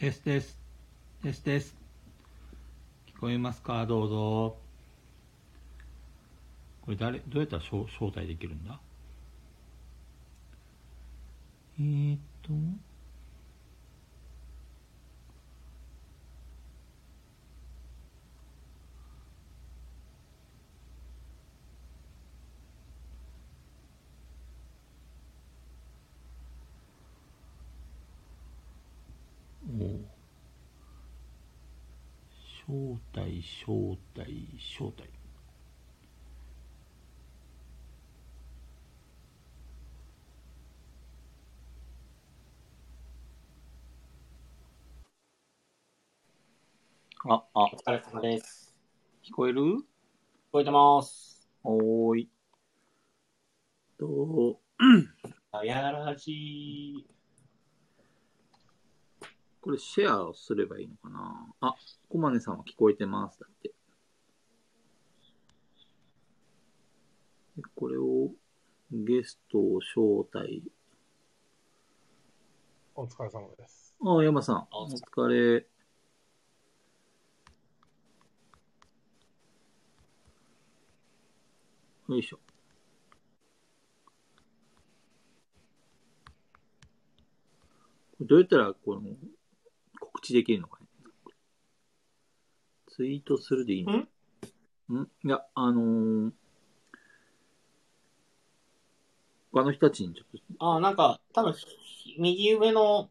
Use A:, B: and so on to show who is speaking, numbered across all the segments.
A: ですです。ですです。聞こえますかどうぞ。これ誰、どうやったら招招待できるんだえーっと。おう招待招待招待あ、あ、
B: お疲れ様です。
A: 聞こえる
B: 聞こえてます。
A: おーい。と、
B: あやらし
A: これシェアをすればいいのかなあ、コマネさんは聞こえてます。だって。でこれをゲストを招待。
C: お疲れ様です。
A: ああ、山さん、お疲れ。よいしょ。これどうやったらこの告知できるのかねツイートするでいいのんいや、あのー、他の人たちにちょっ
B: あ、なんか、多分ひ右上の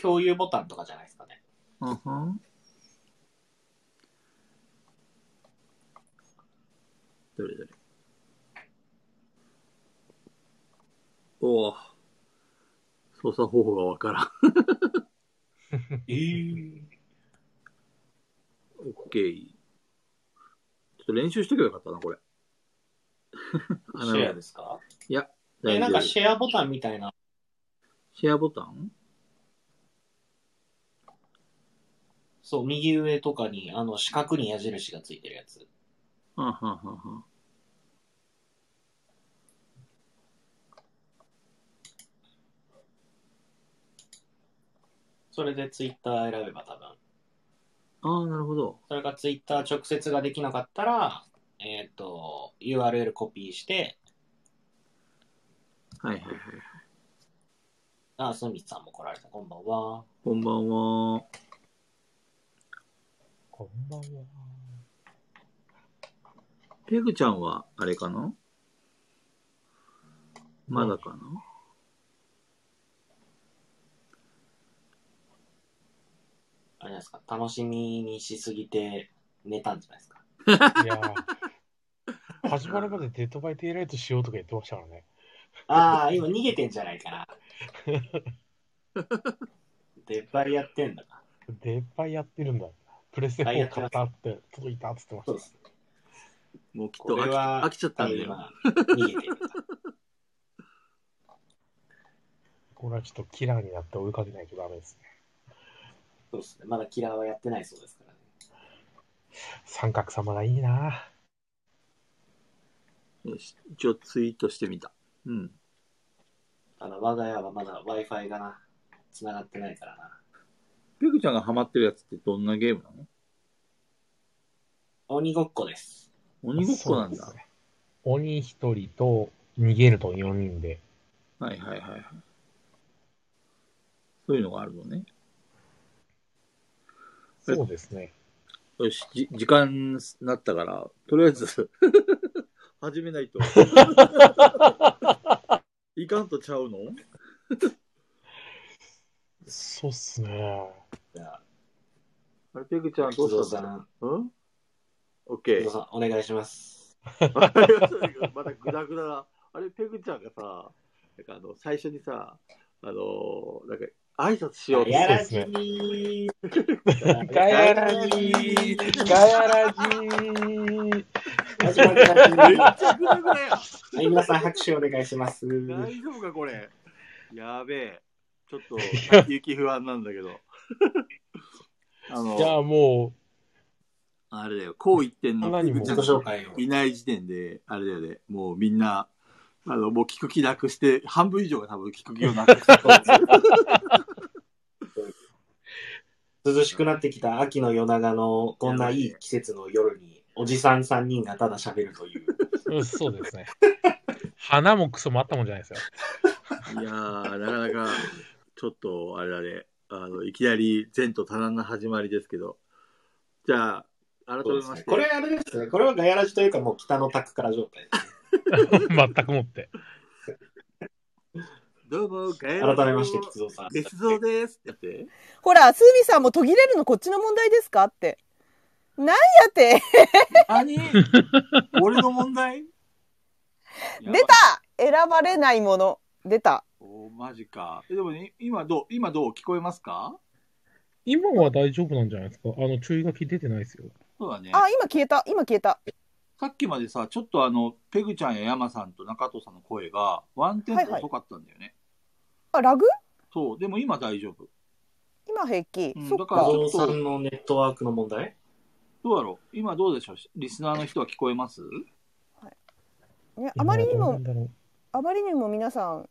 B: 共有ボタンとかじゃないです かね。
A: と、あはん。どれどれ。おぉ。操作方法がわからん。
B: えー、
A: OK。ちょっと練習しとけばよかったな、これ。あ
B: シェアですか
A: な
B: え、
A: る
B: な
A: ほ
B: ん
A: ど
B: か
A: シ
B: シェアボタンみたいな。
A: ェアボタン
B: そう、右上とかに、あの、四角に矢印がついてるやつ。
A: はんはんはんはん
B: それでツイッター選べば多分。
A: ああ、なるほど。
B: それがツイッター直接ができなかったら、えっ、と、URL コピーして、
A: はいはいはい。
B: あ、すみつさんも来られた。こんばんは。
A: こんばんは。
C: こんばんは。
A: ペグちゃんは、あれかなまだかな、
B: あれじゃないですか。楽しみにしすぎて寝たんじゃないですか。
C: いやー始まるまでデッドバイデイライトしようとか言ってましたからね。
B: ああ、今逃げてんじゃないかな。 出っ張りやってんだな。
C: デッバイやってるんだ。プレステ
B: はいやっ
C: 4
B: て
C: 買
B: ま
C: っ
B: す
C: たって、届いたって言って
B: そう
C: ま
B: で
C: し
B: す。
A: もうきっと
B: これ
A: 飽き
B: は、
A: 飽きちゃったんだよ。
B: 今、逃げてるんだ。
C: た。これはちょっとキラーになって追いかけないとダメですね。
B: そうですね。まだキラーはやってないそうですからね。
C: 三角様がいいな
A: よし一応ツイートしてみた。うん。
B: ただ、我が家はまだ Wi-Fi がな、繋がってないからな。
A: ペグちゃんがハマってるやつってどんなゲームなの
B: 鬼ごっこです。
A: 鬼ごっこなん
C: そ
A: だ。
C: うですね鬼一人と逃げると4人で。
A: はいはいはいはい。そういうのがあるのね。え
C: そうですね。
A: よし、じ時間になったから、とりあえず、 始め ないと。いかんとちゃうの
C: そうっすね。
B: じゃあ、
A: あれ、ペグちゃんど
B: 木
A: う
B: 造
A: し
B: さ
A: たの
B: ん、
A: うんオッ
B: 木
A: ケ
B: 造さん、お願いします。
A: ー。またグダグダだ。あれ、ペグちゃんがさ、なんかあの、最初にさ、あのー、なんか、挨拶しようって
B: やら
C: そう
B: し
C: です
B: い。
C: ガヤラジーガヤラジー
B: 始まりました
A: めっちゃグダグダや
B: はい、皆さん拍手お願いします。
A: 大丈夫かこれやべえちょっと先行き不安なんだけど あ
C: じゃ
A: の
C: あも
A: あれだよこう言ってんの
C: 何も
A: ち
B: 自
A: ゃ
B: 己
A: んが
B: 紹介を。
A: いない時点であれだよねもうみんなあのもう聞く気なくして半分以上が多分聞く気をなくして
C: う、
B: 涼しくなってきた秋の夜長のこんないい季節の夜に、おじさん3人がただ喋るという。
C: うんそうですね。花もクソもあったもんじゃないですよ。
A: いやー、なかなか、ちょっと、あれあれ、あの、いきなり前途多難な始まりですけど。じゃあ、改めまして。
B: これあれですね。これはガヤラジというかもう北のタクから状態ですね。
C: 全くもって。
A: どうも、ガヤラジ
B: 改めまして、吉蔵さん。
A: 別蔵です。やって。
D: ほら、スービーさんも途切れるのこっちの問題ですかって。なんやって、
A: 何俺の問題
D: 出た選ばれないもの。出た。
A: おーマジか。えでもね、今どう、今どう聞こえますか
C: 今は大丈夫なんじゃないですかあの、注意書き出てないですよ。
A: そうだね。
D: あ、今消えた。今消えた。
A: さっきまでさ、ちょっとあの、ペグちゃんやヤマさんと中藤さんの声が、ワンテンポ遅かったんだよね。
D: あ、ラグ
A: そう、でも今大丈夫。
D: 今平気。
A: うん
D: そ
A: だ
D: っ
A: から
D: か。
B: 吉蔵さんのネットワークの問題
A: どうだろう今どうでしょうリスナーの人は聞こえます
D: ね、あまりに
C: 今は
D: も
C: どう、なんだろう
D: あまりにも皆さん、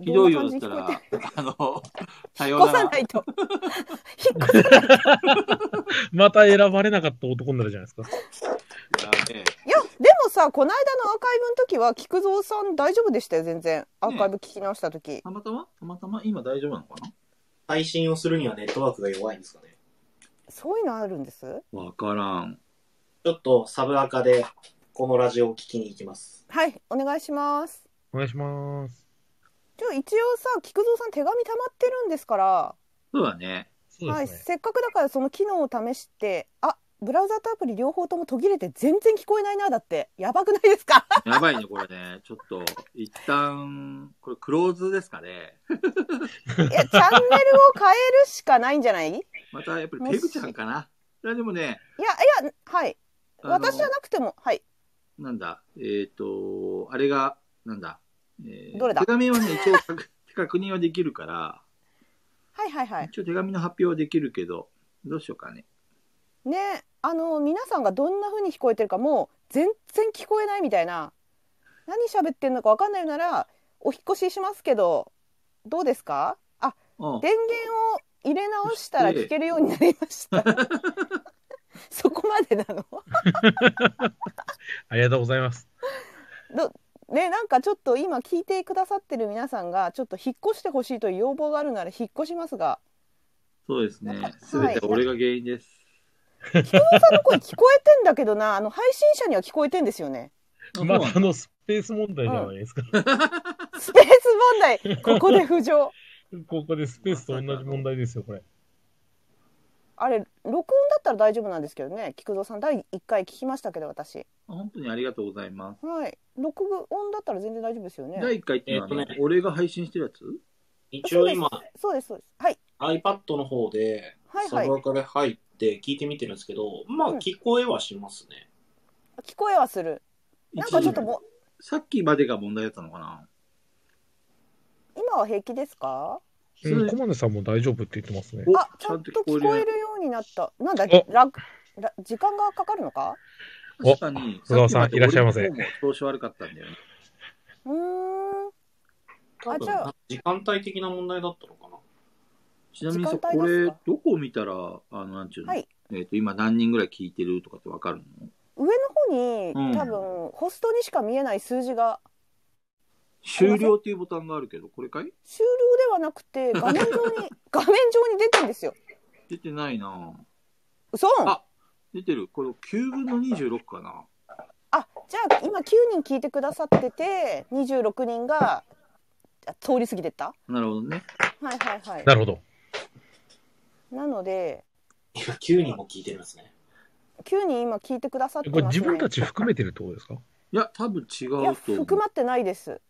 A: ひどいようだ
D: ん
A: った
D: な感じに聞
A: らあ の、
D: こ、
A: さ
D: え
A: よ
D: て
A: う
D: 引っ
A: なら
D: 越さな。いと。引っ越さない。
C: また選ばれなかった男になるじゃないですか。
A: ね
D: いや、でもさ、この間のアーカイブの時は、菊蔵さん大丈夫でしたよ、全然。アーカイブ聞き直した時。
A: たまたまたまたま今大丈夫なのか
B: 配信をするにはネットワークが弱いんですかね。
D: そういうのあるんです
A: なわからん。
B: ちょっとサブアカでこのラジオを聞きに行きます。
D: はい、お願いします。
C: お願いします。
D: じゃあ一応さ、菊蔵さん手紙溜まってるんですから、
A: そうだね。
C: そう
D: は
C: で
D: い、
C: すね。
D: せっかくだからその機能を試して、あ、ブラウザとアプリ両方とも途切れて全然聞こえないな、だって。やばくないですか
A: やばいね、これね。ちょっと、一旦、これクローズですかね。
D: いや、チャンネルを変えるしかないんじゃないいや、い
A: またやっぱりペグちゃんかな。いや、でもね、
D: や、はい。
A: あの
D: 私じゃなくても、はい。
A: なんだ、えっ、と、あれが、なんだ、え
D: どれだ
A: 手紙はね、一応確 確認はできるから、
D: はいはいはい。
A: 一応手紙の発表はできるけど、どうしようかね。
D: ね、あの、皆さんがどんな風に聞こえてるかもう全然聞こえないみたいな、何喋ってんのかわかんないなら、お引っ越ししますけど、どうですかあ、
A: うん
D: 電源を入れ直したら聞けるようになりま した。そこまでなの。
C: ありがとうございます。
D: ね、なんかちょっと今聞いてくださってる皆さんが、ちょっと引っ越してほしいという要望があるなら引っ越しますが、
A: そうです
D: なん
A: ね
D: か。
A: すべて俺が原因です。
D: 菊蔵さんの声聞こえてんだけどな、あの配信者には聞こえてんですよね。
C: またあのスペース問題じゃないですか。
D: スペース問題、ここで浮上。
C: ここでスペースと同じ問題ですよ、これ。
D: あれ、録音だったら大丈夫なんですけどね、菊蔵さん第一回聞きましたけど、私。
A: 本当にありがとうございます。
D: はい、録音だったら全然大丈夫ですよね。
A: 第1回っていうのはね、
B: えっとね
A: 俺が配信してるやつ
B: 一応今
D: そうです、そうです。はい、
B: iPad の方で
D: はい
B: サ
D: はい
B: ブアカで入って聞いてみてるんですけど、まあ
D: うん
B: 聞こえはしますね。
D: 聞こえはする。なんかちょっとも
A: 一時さっきまでが問題だったのかな
D: う、今は平気ですか。
A: そ
C: うん、
A: れ
C: コマネさんも大丈夫って言ってますね。
A: お
D: あ、ちゃんと聞こえるようになった。なんだ、
C: お
D: ら、ら、時間がかかるのか。
C: お
A: 確かに。
C: 小沢さん
A: っきまで
C: いらっしゃいませ
A: 俺の方も調子悪かったんだよね。
D: うーん。あ、じゃあ、
B: 時間帯的な問題だったのかな。
A: ちなみにさ、
D: 時間帯
A: これ
D: ですか、
A: どこを見たら、あの、なんちゅうの、
D: はい
A: えっ、と、今何人ぐらい聞いてるとかってわかるの
D: 上の方
A: うん
D: に、多分、ホストにしか見えない数字が。
A: 終了っていうボタンがあるけど、これかい
D: 終了ではなくて、画面上に、画面上に出てんですよ。
A: 出てないなぁ
D: 嘘。
A: あ出てる。これ9分の26かな。
D: あじゃあ今9人聞いてくださってて26人があ通り過ぎてった
A: なるほどね。
D: はいはいはい
C: なるほど。
D: なので
B: いや、9人も聞いてるんですね。
D: 9人今聞いてくださって
C: これ
D: ます
C: 自分
D: ね
C: たち含めてるってことですか
A: いや、多分違うと
D: い
A: 思
D: や
A: う。
D: 含まってないです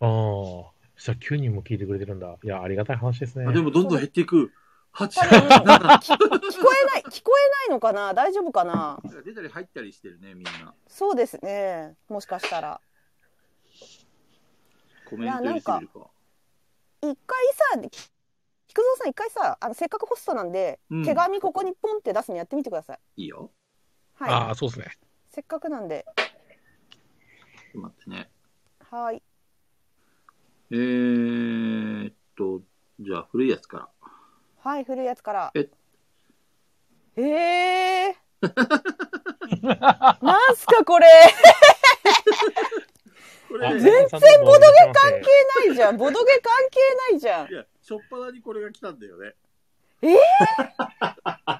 C: ああ。そしたら9人も聞いてくれてるんだ。いや、ありがたい話ですね
A: あ。でもどんどん減っていく。8
D: 多分聞聞こえない聞こえないのかな大丈夫かな
A: 出たり入ったりしてるね、みんな。
D: そうですねもしかしたら
A: コメント入れてみるか。
D: 一回さ菊蔵さん一回さあのせっかくホストなんで、
A: うん
D: 手紙ここにポンって出すのやってみてください
A: いいよ。
D: は
C: ああ、そうですね。
D: いせっかくなんで
A: ちょっと待ってね。
D: はい
A: えーっと、じゃあ古いやつから。
D: はい、古いやつから
A: え。
D: ええー。 なんすかこれ。
A: こ
C: あ
A: れね、
D: 全
C: 然ボドゲ関係
D: 関係ないじゃん。ボドゲ関係ないじゃん
A: い。や、しょっぱなにこれが来たんだよね。
D: え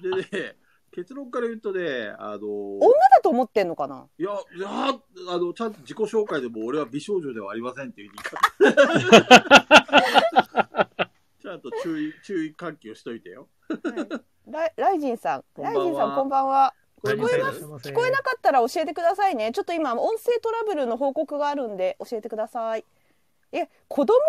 A: でね、結論から言うとね、あの、
D: 女だと思ってんのかない
A: や、いや、あの、ちゃんと自己紹介でも俺は美少女ではありませんっていう言い方。 ちゃんと注意、注意喚起をしといてよ。
D: ライライジンさん。
A: こんば
D: ラ
A: んは
D: イジンさん、こんばんは。聞こえます
E: す
D: 聞こえなかったら教えてくださいね。ちょっと今、音声トラブルの報告があるんで、教えてください。え、子供は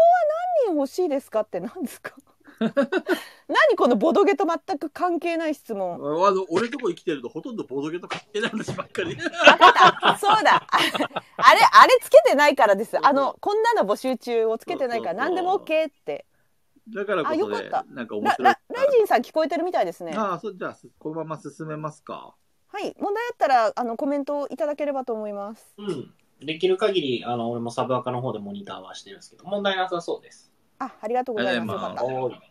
D: 何人欲しいですかって何 ですか何このボドゲと全く関係ない質
A: あ
D: 問。
A: の、俺とこ生きてるとほとんどボドゲと勝手な話ばっかり。
D: あかった。そうだ。あれ、あれつけてないからです。あの、こんなの募集中をつけてないから、何でも OK って。
A: だからこ
D: あよ
A: そ
D: か
A: ね
D: った、
A: なんか面
D: ラ
A: 白い
D: ラ。ライジンさん聞こえてるみたいですね。は
A: ああ、そう、じゃあ、このまま進めますか。
D: い。問題あったら、あの、コメントをいただければと思います。
B: うん。できる限り、あの、俺もサブアカの方でモニターはしてるんですけど、問題なさそうです。
D: あ、ありがとうございます。
A: え
D: よ
A: ーま
D: か
A: あ
D: った。
B: おーい。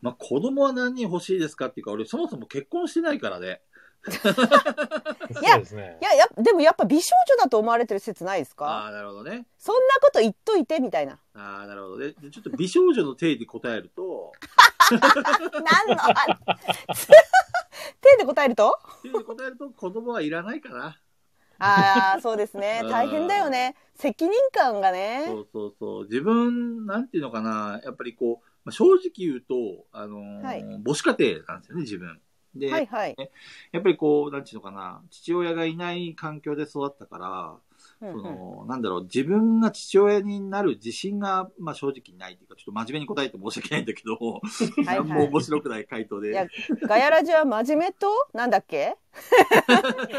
A: まあ、子供は何人欲しいですかっていうか、俺そもそも結婚してないからね。
D: いや
C: そうですね
D: い。や、やっぱ、でもやっぱ美少女だと思われてる説ないですか
A: ああ、なるほどね。
D: そんなこと言っといてみたいな。
A: ああ、なるほどね。でちょっと美少女の定義で答えると、
D: 何の話手で答えると
A: 定義で答えると子供はいらないかな。
D: ああ、そうですね
A: う。ん
D: 大変だよね。責任感がね。
A: そうそうそう。自分、なんていうのかな。やっぱりこう、まあ、正直言うと、あのー
D: はい
A: 母子家庭なんですよね、自分。で、
D: はいはい。
A: やっぱりこう、なんていうのかな。父親がいない環境で育ったから、
D: うん
A: そ
D: うん
A: の、なんだろう、自分が父親になる自信が、まあ正直ないっていうか、ちょっと真面目に答えて申し訳ないんだけど、
D: はい
A: 何も面白くない回答で。
D: いやガヤラジは真面目と、なんだっけ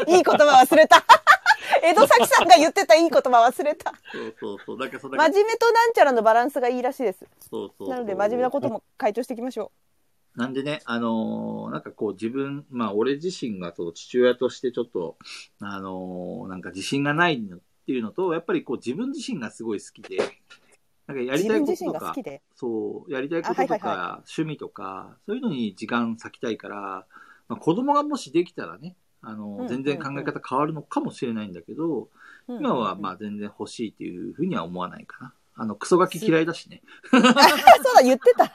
D: いい言葉 忘れた。江戸崎さんが言ってたいい言葉忘れた。
A: そうそうそう。なんかそんな
D: 真面目となんちゃらのバランスがいいらしいです。
A: そうそうそう
D: なので真面目なことも回答していきましょ
A: なんでね、あのーなんかこう自分、まあ俺自身がその父親としてちょっと、あのーなんか自信がないのっていうのと、やっぱりこう自分自身がすごい好きで、なんか
D: う。
A: やり
D: 自
A: たいこ
D: 分自
A: とと
D: 身が好
A: か
D: き、で。
A: そう、やりたいこととか、
D: あはいはい
A: 趣味とか、そういうのに時間割きたいから、まあ、子供がもしできたらね、あのー
D: うんうん
A: 全然考え方変わるのかもしれないんだけど、
D: うん
A: 今はまあ全然欲しいっていうふうには思わないかな。あの、クソガキ嫌いだしね。
D: そうだ、言ってた。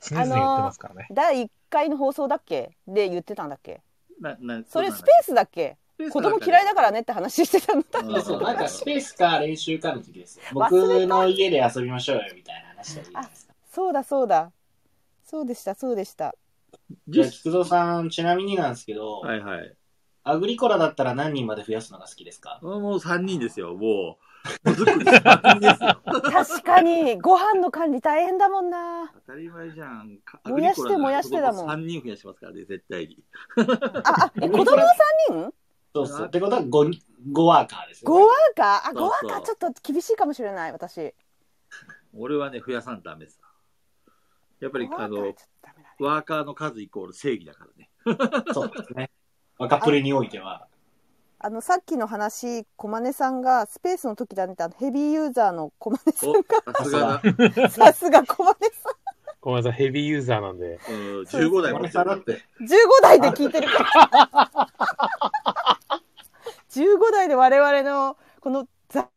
C: 常々言ってますからね。
D: 第1回の放送だっけで言ってたんだっけ
A: なな
D: それ
A: うな
D: ス
A: んだ
D: ペースだっけ子供嫌いだからねって話して たんだ。
B: そうそう、なんかスペースか練習かの時ですよ。
D: 忘れ
B: 僕
D: た
B: の家で遊びましょうよ、みたいな話だったじゃないですか。
D: そうだそうだ。そうでしたそうで した。
B: じゃあ、菊蔵さん、ちなみになんですけど、
A: はいはい。
B: アグリコラだったら何人まで増やすのが好きですか
A: もう3人ですよ、もう。もうずっくり3人です よ。
D: 確かにご飯の管理大変だもんな。
A: 当たり前じゃん。か
D: 燃やして燃やしてだもん
A: 3人増やしますからね、絶対に。
D: ああえ子供三人？
B: そうそう。ってことは5、5ワーカーですよね
D: ゴワーカーあ
A: そうそう
D: ゴワーカーちょっと厳しいかもしれない私。
A: 俺はね、増やさんとダメさ。やっぱり
D: ゴ、ワ
A: あ
D: ーカーちょっ
A: の、
D: とダメだね
A: ワーカーの数イコール正義だから ね。
B: そうですね。若プレにおいては。
D: あのさっきの話小金さんがスペースの時だねってあのヘビーユーザーの小金さ
A: お、さすがだ。うん
D: んさすが小金さ
C: ごめんなさい、ヘビーユーザーなんで。
A: 15台持ってる。
B: て。
D: ん15代で聞いてるから15代で我々のこの雑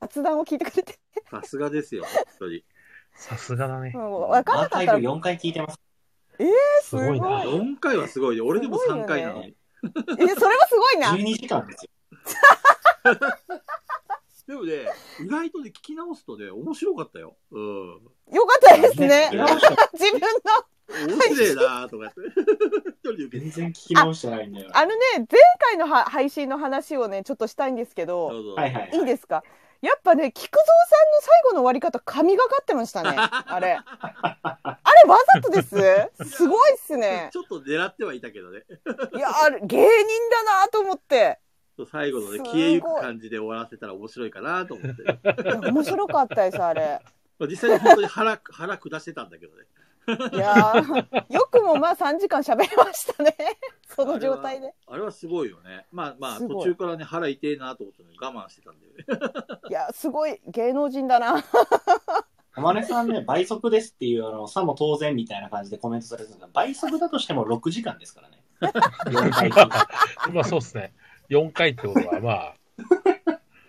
D: 雑談を聞いてくれて
A: さすがですよ、本当に。
C: さすがだね。
D: もう分かん
B: ア
D: な
B: ー
D: か
B: カ
D: っ
B: イ
D: た
B: ブ
D: ら
B: 4回聞いてます。
C: すごい
D: すご
C: な。
D: い
A: 4回はすごいね。俺でも
D: すごいよね
A: 3回なのに。
D: えそれはすご いな
B: 12時間ですよ。
A: でもね、意外とね、聞き直すとね、面白かったよ。うん。
D: よかったですね
B: 聞き。直して
D: 自分の、
A: 面白いなーとかって。 一人で受けて
B: 全然聞き直してないんだよ。
D: あのね、前回のは配信の話をね、ちょっとしたいんですけ
A: なる
D: ど、
A: ほど
B: はいはい。
D: いいですかやっぱね、菊蔵さんの最後の終わり方、神がかってましたね。あれ。あれ、わざとですすごいっす ね。
A: ちょっと狙ってはいたけどね。
D: いや、あれ、芸人だなと思って。
A: 最後のね
D: す、ごい
A: 消えゆく感じで終わらせたら面白いかなと思って。
D: いや面白かったです、あれ。
A: まあ実際に本当に腹、腹下してたんだけどね。
D: いやーよくもまあ3時間喋りましたね。 その状態で。
A: あれはすごいよね。まあまあ、
D: すご
A: 途
D: い
A: 中からね、腹 痛えなと思って、ね、我慢してたんだよね。
D: いや、すごい芸能人だな。
B: 山根さんね、倍速ですっていうあの、さも当然みたいな感じでコメントされてるんですが、倍速だとしても6時間ですからね。4回聞いた
C: まあそうですね。4回ってことは、まあ、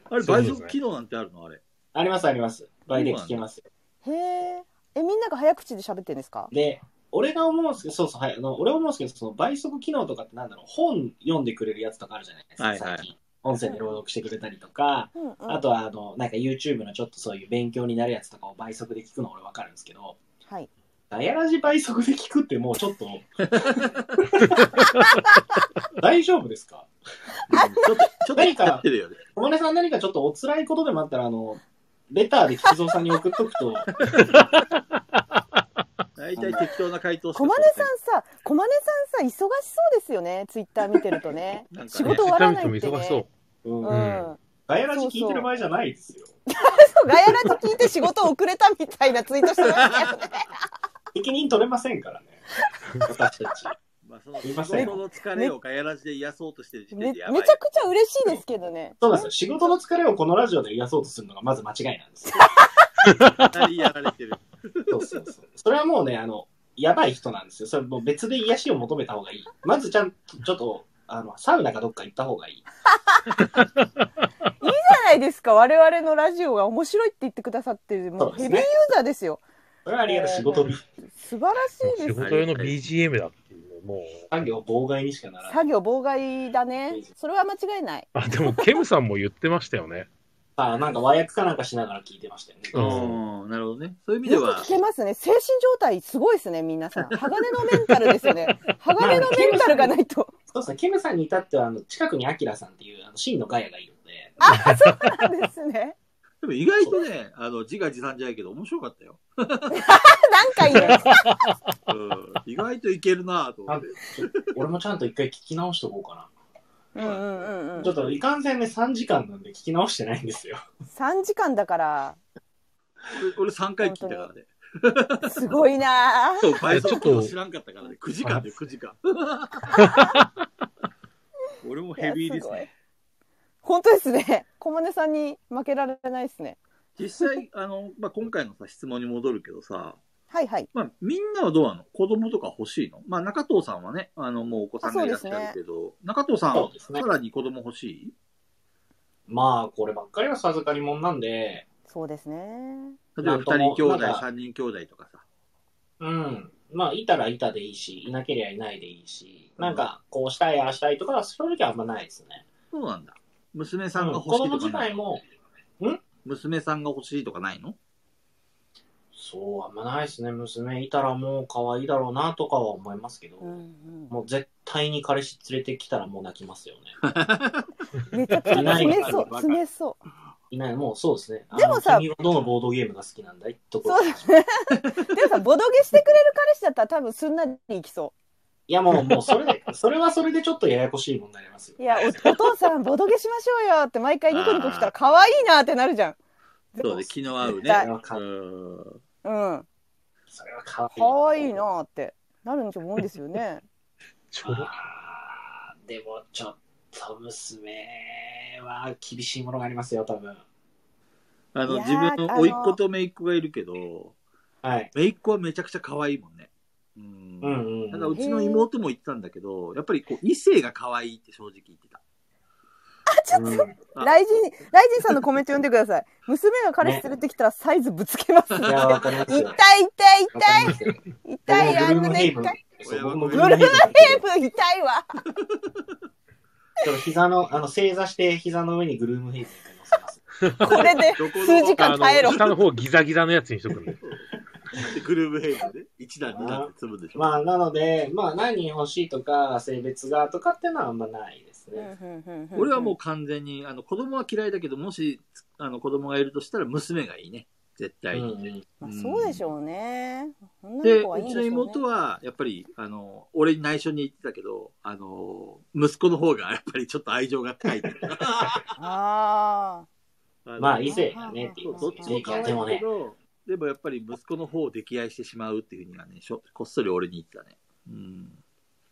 A: あれ、
C: そう
A: 倍
C: ですね
A: 速機能なんてあるのあれ。
B: ありますあります。倍で聞けますよ。
D: へえ。え、みんなが早口で喋ってんですか
B: で、俺が思うんですけど、そうそう、はい、あの俺思うんですけど、その倍速機能とかってなんだろう、本読んでくれるやつとかあるじゃないですか、
A: はいはい
B: 最近。音声で朗読してくれたりとか、
D: うんうん。
B: あとは、あの、なんか YouTube のちょっとそういう勉強になるやつとかを倍速で聞くの俺わかるんですけど、
D: はい。
B: ダイヤラジ倍速で聞くってもうちょ っと、大丈夫ですか
A: ちょっと、ちょっと
B: 何か
A: 光ってるよ ね。
B: 小金さん何かちょっとお辛いことでもあったら、あの、レターで菊蔵さんに送っとく と、
A: 大体適当な回答しか
D: 小
A: し
D: 金
A: て
D: さんさ、小金さんさ、忙しそうですよね。ツイッター見てるとね。
A: なんか
D: 仕
A: ね
D: 事終わらないってね
C: 見ても忙しそう。
B: う
D: うん。
B: ん
C: ん
B: ガヤラジ聞いてる場合じゃないですよ。
D: そう、ガヤラジ聞いて仕事遅れたみたいなツイートしてましたよね。
B: 責任取れませんからね。私たち。
A: まあ、その
B: すい
A: 仕
B: ません
A: 事の疲れをガヤラジで癒そうとしてる時点
D: めめ
A: で
D: ち
A: や
D: ゃ
A: ばい。
D: くちゃ嬉しいですけどね。
B: そうなんですよ。仕事の疲れをこのラジオで癒そうとするのがまず間違いなんですよ。
A: かりやられてる。
B: そうそうそう。それはもうね、あの、やばい人なんですよ。それもう別で癒しを求めた方がいい。まずちゃんと、ちょっと、あの、サウナかどっか行った方がいい。
D: じゃないですか。我々のラジオが面白いって言ってくださってる、もう
B: そうで
D: ヘ
B: す
D: ビー
B: ね
D: ユーザーですよ。
B: それはありがたい。仕事に、
D: 素晴らしい
C: 仕
D: です。
C: 事用の BGM だっていうのもう。
B: 作業妨害にしかならない。
D: 作業妨害だね。それは間違いない。
C: あ、でも、ケムさんも言ってましたよね。
B: あなんか和訳かなんかしながら聞いてましたよね。
A: うん、なるほどね。そういう意味で
D: よく
A: は
D: 聞、けますね。精神状態すごいですね、皆さん。鋼のメンタルですよね。鋼のメンタルがないと。
B: そうですね、ケムさんに至っては、あの、近くにアキラさんっていう、あの、真のガヤがいるので、
D: あ、そうなんですね。
A: でも意外とね、あの、自画自賛じゃないけど面白かったよ。
D: なんかいいね。
A: うん、意外といけるなぁと思って。
B: 俺もちゃんと一回聞き直しとこうか
D: うんうんうんう
B: な。
D: ん
B: ちょ。っと、いかんせんね、3時間なんで聞き直してないんですよ。
D: 3時間だから、
A: 俺俺3回聞いたからね。
D: すごいなあ
A: そう、倍
C: ちょ
A: 速
C: っと
A: と知らんかったからね。9時間で9時間。 俺もヘビーです
D: いや
A: ね。
D: すごい本当ですね。小金さんに負けられないですね。
A: 実際、あの、まあ、今回のさ、質問に戻るけどさ、
D: はいはい。
A: まあ、みんなはどうなの子供とか欲しいのまあ、中藤さんはね、あの、もうお子さんがいらっしゃるけど、中藤さん、
B: そうです
A: さ
B: ね。
A: らに子供欲しい
B: まあ、こればっかりは授かりもんなんで、
D: そうですね。
A: 例えば
B: な
A: 2
B: んと
A: 人
B: も
A: 兄弟、
B: なんか
A: 3人兄弟とかさ。
B: うん。まあ、いたらいたでいいし、いなけりゃいないでいいし、なんか、こうしたい、ああしたいとかは、正直あんまないですね。
A: そうなんだ。娘さ
B: うんん
A: が欲
B: 子
A: しい
B: 供
A: と
B: 自
A: かない
B: 体
A: の、
B: も、
A: 娘さんが欲しいとかないの
B: そう、あんまないですね。娘いたらもう可愛いだろうな、とかは思いますけど、
D: うん
B: もう絶対に彼氏連れてきたらもう泣きますよね。
D: うん、めちゃくちゃ詰めそう、詰めそう。
B: いない、もうそうですね。
D: でもさ
B: あの君はどのボードゲームが好きなんだいところ
D: そうですね。でもさ、ボドゲしてくれる彼氏だったら多分すんなりいきそ
B: いや、もう、もう、それで、 それはそれでちょっとややこしいもんになりますよ。
D: う。いや、お お父さん、ボドゲしましょうよって毎回ニコニコ来たら可愛いなってなるじゃん。
A: そうで、気の合う
D: 絶
A: ね。
B: そ
D: 対
B: れはか
A: うん
D: うん。
B: それは可愛い。
D: 可愛い。なってなるんじゃ思うんですよね。
C: ちょろ
B: あーでも、ちょっと、娘は厳しいものがありますよ、多分。
A: あ
D: い
A: の、
D: やー
A: 自分
D: あ
A: の
D: の
A: 甥っ子と姪っ子がいるけど、
B: はい。
A: 姪っ子はめちゃくちゃ可愛いもんね。うん
B: うんうん
A: なん
B: う
A: か
B: ん、
A: うちの妹も言ってたんだけど、やっぱりこう、異性が可愛いって正直言ってた。
B: うん
A: あ
D: ライジン、ライジンさんのコメント読んでください。娘が彼氏連れてきたらサイズぶつけます。
B: いや、わかります
D: 痛い
B: よ。
D: 痛い
B: わかり
D: 痛い
B: ますよ。
D: 痛い、あ
B: 僕もブルームヘイブンそう僕も
D: のね、痛い。。
A: ブ
B: ブ
A: ル
B: ル
A: ー
B: ー
A: ム
B: ム
A: ヘ
B: ヘ
A: イ
B: イ
A: ブ
B: ブ
A: ン
B: ン。
D: テープ痛いわ。
B: ちょっと膝の、あの、正座して膝の上にブルームヘイブンって乗せます。
D: こ れで
A: どこの
D: 数時間耐えろ
C: あの。下の方ギザギザのやつにしとくんで。
A: でグルーブヘイブンで、一段二段で積むんでしょ。
B: まあ、なので、まあ、何欲しいとか、性別がとかっていうのはあんまないですね。
A: 俺はもう完全に、あの、子供は嫌いだけど、もし、あの、子供がいるとしたら、娘がいいね。絶対に。
D: まあそうでしょうね。女
A: で、
D: の子はいういん
A: ちの
D: でしょうね
A: 妹は、やっぱり、あの、俺に内緒に言ってたけど、あの、息子の方が、やっぱりちょっと愛情が高いっていうか。
D: あ
A: の
B: まあ、異性だねってい
A: そううどっちも可愛いけ
B: でもね、
A: ど、でもやっぱり息子の方を溺愛してしまうっていうふうにはね、しょこっそり俺に言ってたね。うん。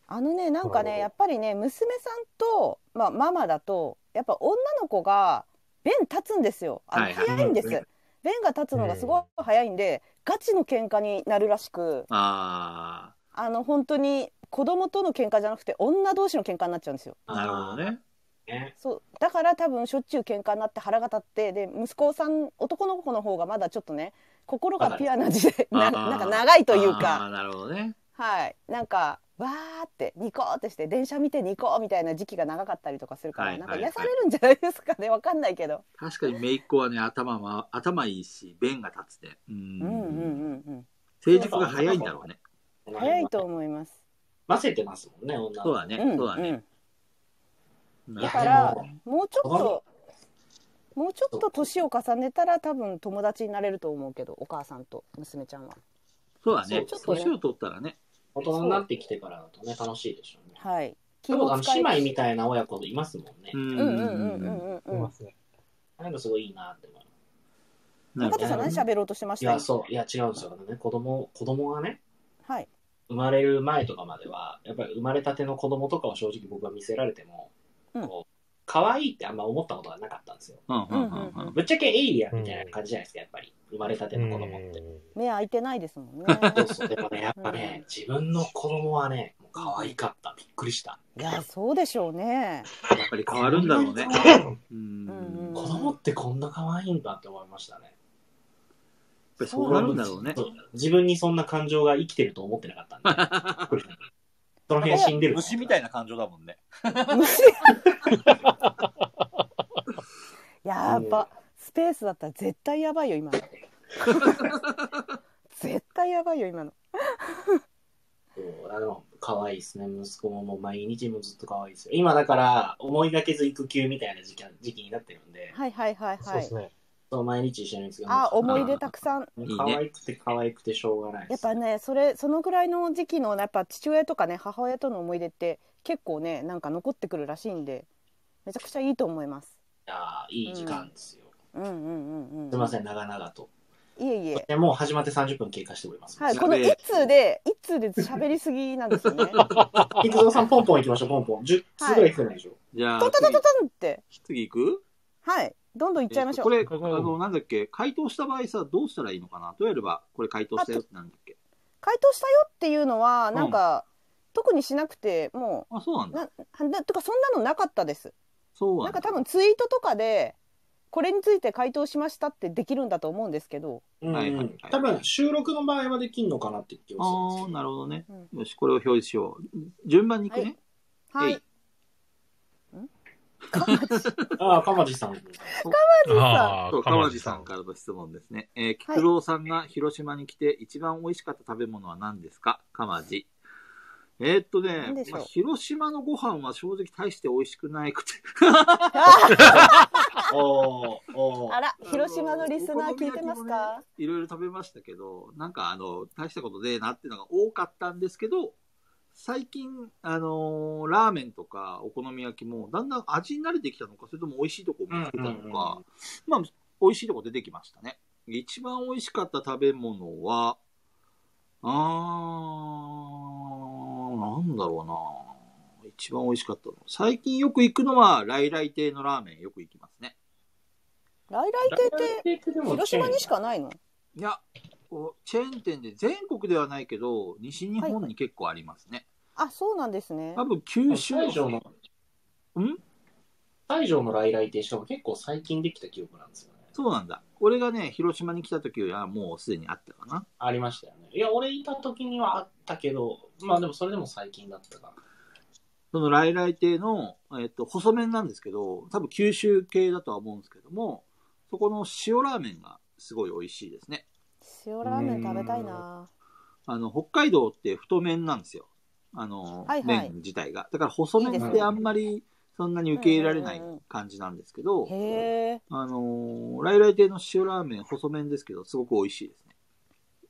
D: あ。あのね、なんか
C: なるほ
D: ね、
C: ど
D: やっぱりね、娘さんと、まあ、ママだと、やっぱ女の子が、弁立つんですよ。あの
A: はいはい
D: 早いんです。弁が立つのがすごい早いんで、ガチの喧嘩になるらしく
A: あ
D: あの本当に子供との喧嘩じゃなくて女同士の喧嘩になっちゃうんですよ
A: あ、なるほどね。
B: ね。
D: そうだから多分しょっちゅう喧嘩になって腹が立ってで息子さん男の子の方がまだちょっとね心がピュアな時代
A: あ
D: な
A: ー
D: なんか長いとい
A: あ
D: う
A: ー
D: か
A: なるほどね。
D: はいなんかわーってニコーってして電車見てニコーみたいな時期が長かったりとかするから、
A: はい
D: なんか
A: はい
D: 癒されるんじゃないですかねわかんないけど、
A: 確かにめいっ子はね、頭ま、頭いいし、弁が立つで。う。
D: うん、うんうんん
A: 成熟が早いんだろうね。
D: うん早いと。思います
B: ませてますもんね、女
A: そう
B: の
A: だね。
D: ん
A: そうだね。
B: 子。
A: ないる
B: や
A: ほど
D: だから
B: でも
D: もうちょっともうちょっと年を重ねたら多分友達になれると思うけどお母さんと娘ちゃんは
A: そうだね。
B: そう
D: ちょっとね
A: 年を取ったらね。
B: 大人になってきてからだとね、楽しいでしょうね。
D: はい
B: でも、あの、
D: 気を使
B: 姉
D: い
B: 妹みたいな親子いますもんね
A: う。ん
D: うんうんうん
C: い
D: うんうんうん
C: ますね。
B: なんかすごいいいなって思い
A: なる
B: ます。
D: 中
A: ほど
D: 田さん何
A: ね
D: 喋ろうとしてまし
B: い
D: た
B: や、そう、いや、違うんですよね。子供、子供がね、
D: はい
B: 生まれる前とかまでは、やっぱり生まれたての子供とかを正直僕は見せられても、
D: うん
B: こう、可愛いってあんま思ったことがなかったんですよ。
A: うんうんうんうん。
B: ぶっちゃけエイリアンみたいな感じじゃないですか、やっぱり。生まれたての子供って。
D: 目開いてないですもんね
B: そうそう、でもね、やっぱね、自分の子供はね、もう可愛かった。びっくりした。
D: いやそうでしょうね
A: やっぱり変わるんだろうね。う
D: うんうん
A: ん。
B: 子供ってこんな可愛いんだって思いましたね。
A: やっぱりそうなるんだろうね。
B: そう自分にそんな感情が生きてると思ってなかった んで。その辺死んでる。
E: 虫みたいな感情だもんね。
D: 虫 やばスペースだったら絶対やばいよ今の絶対やばいよ今の
B: そうあの可愛いですね。息子ももう毎日もずっと可愛いですよ。今だから、思いがけず育休みたいな時期時期になってるんで、
D: はいはいはい
C: そう
D: は
C: で
D: い
C: すね。
B: そう毎日一緒なんですけど、
D: あ思い
A: 出
D: 出たくさん
A: いいね
B: 可愛くて可愛くてしょうがない
D: や
B: で
D: っ
B: す。
D: ぱねそれそのぐらいの時期のやっぱ父親とかね母親との思い出って結構ねなんか残ってくるらしいんでめちゃくちゃいいと思います
B: いやーいい時間ですよ。
D: うんうんうんうん
B: すいません、長々と。
D: いえいえ
B: でもう始まって30分経過しております。
D: はい
A: や
D: この
A: べえ
D: 一通で一通で喋りすぎなんです よね
B: 菊蔵さん、ポンポン行きましょう、ポンポン。10つぐらい来てないでしょ。
A: じゃ
D: ト
A: あ
D: ントントントントンって
A: 次、次行く
D: はいどんどんいっちゃいましょう、
A: えっとこれ、あの、なんだっけ、回答した場合さ、どうしたらいいのかなどうやれば、これ回答したよってなんだっけ。
D: 回答したよっていうのはなんか、特にしなくても
A: あ、そうなん
D: うな
A: だ。
D: はなとかそんなのなかったです
A: そう
D: な
A: なん
D: ん
A: だ
D: か。多分ツイートとかでこれについて回答しましたってできるんだと思うんですけど
B: うん
A: はいはいはい
B: 多分、収録の場合はできんのかなって気がするんです
A: ああ、
B: よ
A: なるほどね
D: うん。
A: よし、これを表示しよう。順番に行くね。
D: は
A: え
D: い
A: い
B: ああ、かまじさん。
C: あ
A: そう、川地さんからの質問ですね。えー、菊郎さんが広島に来て一番美味しかった食べ物は何ですか川地。えーっとね
D: 何でし、ょう
A: まあ、広島のご飯は正直大して美味しくない くて。
B: おーおー
D: あら、広島のリスナー聞いてます
A: あのお好み焼きも
D: か
A: ね。いろいろ食べましたけど、なんかあの、大したことねえなっていうのが多かったんですけど、最近、あのーラーメンとかお好み焼きもだんだん味に慣れてきたのか、それとも美味しいとこ見つけたのか、
B: うんうんうん
A: まあ、美味しいとこ出てきましたね。一番美味しかった食べ物は、あー、なんだろうな一番美味しかったの。最近よく行くのは、来来亭のラーメンよく行きますね。
D: 来来亭って広島にしかないの。
A: いや、こうチェーン店で、全国ではないけど、西日本に結構ありますね。
D: あ、そうなんですね。
A: 多分九州
B: 西条の、
A: ん
B: 西条の来来亭しかも結構最近できた記憶なんですよね。
A: そうなんだ。俺がね、広島に来た時よりはもうすでにあったかな。
B: ありましたよね。いや、俺いた時にはあったけど、まあでもそれでも最近だったか
A: その来来亭の、えっと、細麺なんですけど、多分九州系だとは思うんですけども、そこの塩ラーメンがすごい美味しいですね。
D: 塩ラーメン食べたいな。
A: あの、北海道って太麺なんですよ。あの、
D: はいはい
A: 麺自体が。だから細
D: いい
A: 麺
D: で
A: っ
D: すね
A: てあんまりそんなに受け入れられない
D: うんうんうん
A: 感じなんですけど、
D: へえ。
A: あのー、来来亭の塩ラーメン、細麺ですけど、すごく美味しいですね。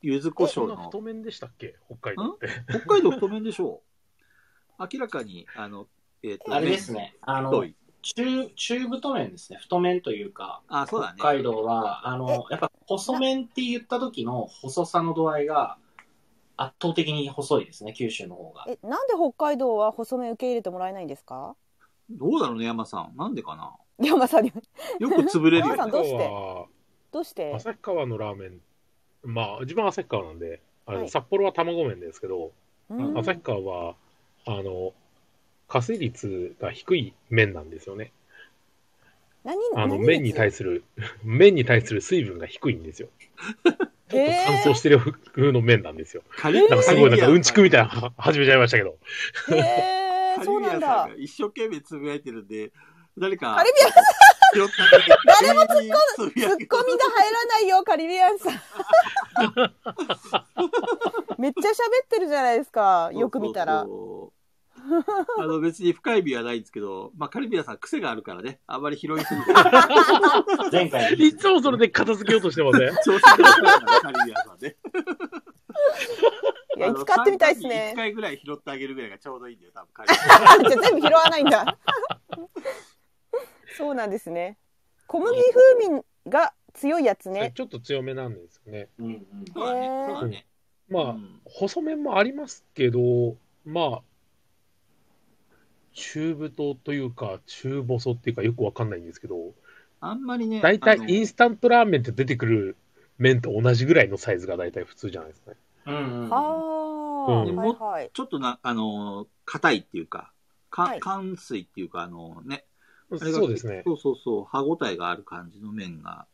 A: 柚子胡椒
C: そんな
A: の
C: 太、麺でしたっけ北海道って。
A: 北海道太麺でしょう明らかに、あの、えっ、と、
B: ら。あれですね、あ
A: 麺太
B: の、
A: い。
B: 中、中太麺ですね。太麺というか、
A: あ、そうだね。
B: 北海道は、あの、やっぱ細麺って言った時の細さの度合いが圧倒的に細いですね、九州の方が。
D: え、なんで北海道は細麺受け入れてもらえないんですか。
A: どうだろうね、山さん。なんでかな
D: 山さんに。
A: よく潰れるよ
D: 山さん
A: ね。
D: どうして
C: は
D: どうして
C: 旭川のラーメン、まあ、自分は旭川なんで、あの
D: はい
C: 札幌は卵麺ですけど、
D: うん
C: 旭川は、あの、稼ぎ率が低い麺なんですよね。
D: 何
C: あの、
D: 何
C: 麺に対する、 麺に対する水分が低いんですよ。
D: へえ
C: 乾燥してる風の麺なんですよ。
A: カ
D: えー
C: なんかすごい、なんかうんちくみたいなの始めちゃいましたけど。
D: へえそうなんだ
A: 一生懸命つぶやいてるんで、誰か。
D: カリ
A: ビアン誰も突っ
D: ツッコミが入らないよカリビアンさんめっちゃ喋ってるじゃないですかよく見たら
A: そうそうそうあの別に深い意味はないんですけど、まあ、カリビアンさん癖があるからね、あまり拾いすぎて、
B: 前回
C: いつもそれで片付けようとしてません
A: 調子が悪いからね、カリビアンさんね。
D: いやいつ買ってみたいです
A: 1
D: ね
A: 回ぐらい拾ってあげるぐらいがちょうどいいんだよ、多分カリビアンさん
D: じゃあ全部拾わないんだそうなんですね小麦風味が強いやつね
C: ちょっと強めなんですよね。
B: うんうん
A: そうだね、そうだね。
C: まあ、
A: うん
C: 細麺もありますけど、まあ、中太というか、中細っていうかよくわかんないんですけど、
A: あんまりね、
C: 大体
A: あの
C: インスタントラーメンって出てくる麺と同じぐらいのサイズが大体普通じゃないですかね。
B: うんうん
D: ああ、
C: うん
D: はいはい
A: ちょっとな、あの、硬いっていうか、か、
D: はい
A: 乾水っていうか、あのね、あれが
C: そうですね。
A: そうそうそう、歯ごたえがある感じの麺が、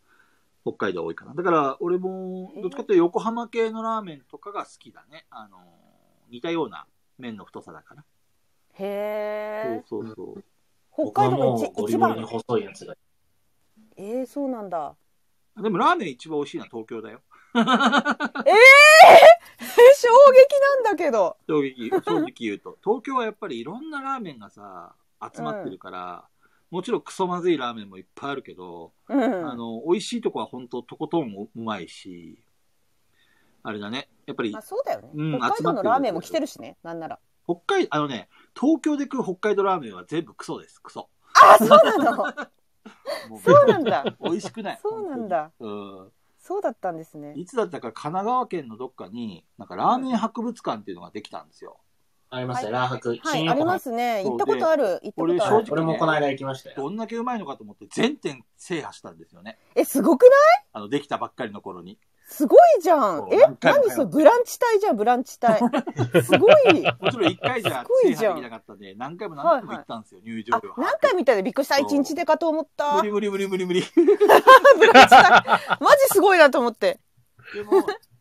A: 北海道多いかな。だから、俺も、どっちかっていうと横浜系のラーメンとかが好きだね。あの、似たような麺の太さだから。
D: へえ
A: そうそうそう。
D: 北海
B: 僕はもう
D: 道が
B: ゴ
D: 一
B: リ
D: 一
B: ゴリに
D: 番
B: 細いやつが
D: えー、そうなんだ
A: でもラーメン一番美味しいのは東京だよ。
D: え衝撃なんだけど
A: 正直、正直言う と。東京はやっぱりいろんなラーメンがさ、集まってるから、もちろんクソまずいラーメンもいっぱいあるけど、
D: うん
A: あの、美味しいとこは本当とことんうまいし、あれだね。やっぱり
D: まあ、そうだよね、
A: うん
D: 北海道のラーメンも来てるしねなんなら
A: 北海、あのね、東京で食う北海道ラーメンは全部クソです、クソ。
D: あそうな の
A: もう
D: そうなんだ
A: 美味しくない。
D: そうなんだ
A: 本
D: そうだったんです
A: 当
D: ね
A: に。うん。いつだったか神奈川県のどっかに、なんかラーメン博物館っていうのができたんですよ。
B: ありますね、ラーハク。
D: はいありますね
A: そう
D: 行ったことある行ったこ
A: 俺
D: とあ
A: 正直
D: る
A: ね
B: 俺もこの間行きましたよ。
A: どんだけうまいのかと思って全店制覇したんですよね。
D: えすごくない
A: あの、できたばっかりの頃に。
D: すごいじゃん
A: そう
D: え
A: 何回も
D: 何
A: 通って
D: それブランチ隊じゃんブランチ隊 すごい
A: もちろん一回じゃ
D: すご
A: 制
D: いじゃ
A: 覇
D: ん
A: できなかったんで、何回も何回も行ったんですよ、入場
D: あ
A: 料
D: 何回見たでびっくりした一日でかと思った
A: 無理無理無理無理無理。
D: ブランチ隊マジすごいなと思って
A: でも、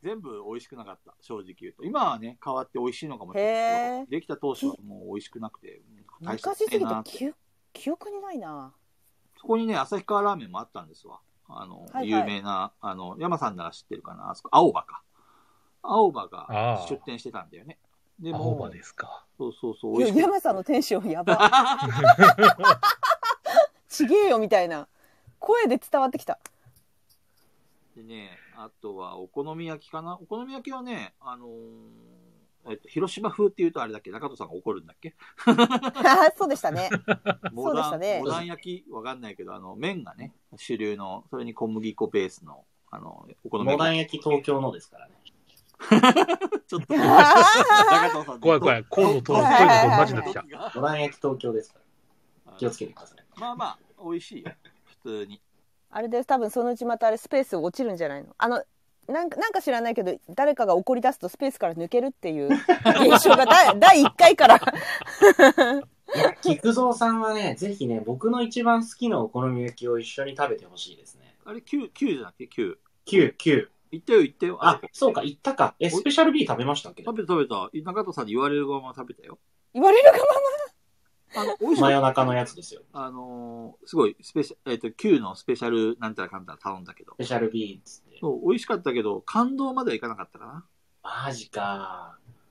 A: 全部美味しくなかった、正直言うと。今はね、変わって美味しいのかもしれな
D: へ
A: いけ
D: ー
A: ど、できた当初はもう美味しくなくて、大した
D: 昔すぎて
A: なって
D: 記記憶にないな
A: そこにね、旭川ラーメンもあったんですわ。あの、
D: はいはい
A: 有名な、あの、山さんなら知ってるかな、あそこ、青葉か。青葉が
C: あー
A: 出店してたんだよね。でも、
C: 青葉ですか。
A: そうそうそう、
D: い
A: 美
D: や
A: 味しく
D: 山さんのテンションやば ちげえよみたいな声で伝わってきた
A: でね、あとはお好み焼きかな。お好み焼きはね、あのーえっと、広島風って言うとあれだっけ中戸さんが怒るんだ っけ
D: あ そうでしたね。
A: モ
D: そうで
A: ダ
D: し
A: ン、
D: たね
A: モダン焼きわかんないけど、あの、麺がね、主流の、それに小麦粉ベースの、あの、お好み
B: モダン
A: 焼き。
B: 焼き東京のですからね。
A: ちょっと、
D: あ
A: 中藤さん
C: 怖い怖い今度
D: 東京行くとマジで
A: き
C: 来
A: た
C: た。
B: モダン焼き東京ですから。気をつけてください。
A: まあまあ、美味しいよ。普通に。
D: あれで多分そのうちまたあれスペース落ちるんじゃないのあのなんかなんか知らないけど誰かが怒り出すとスペースから抜けるっ ていう現象が第第1回から
B: いや、菊蔵さんはね、ぜひね、僕の一番好きなお好み焼きを一緒に食べてほしいですね。
A: あれ、9、9じゃなくて9。
B: 9、9。
A: 行ったよ、行ったよ。
B: あ、そうか、行ったか。え、スペシャル B 食べましたっけ
A: 食べた食べた。中藤さんに言われるまま食べたよ。
D: 言われるか
A: あの、美味し
B: 真
A: い。
B: 夜中のやつですよ。
A: あのーすごい、スペシャえっ、と、9のスペシャルなんたらかんたら頼んだけど
B: ス。ペシャル B っつって。
A: そう、美味しかったけど、感動まではいかなかったかな。
B: マジか。
D: も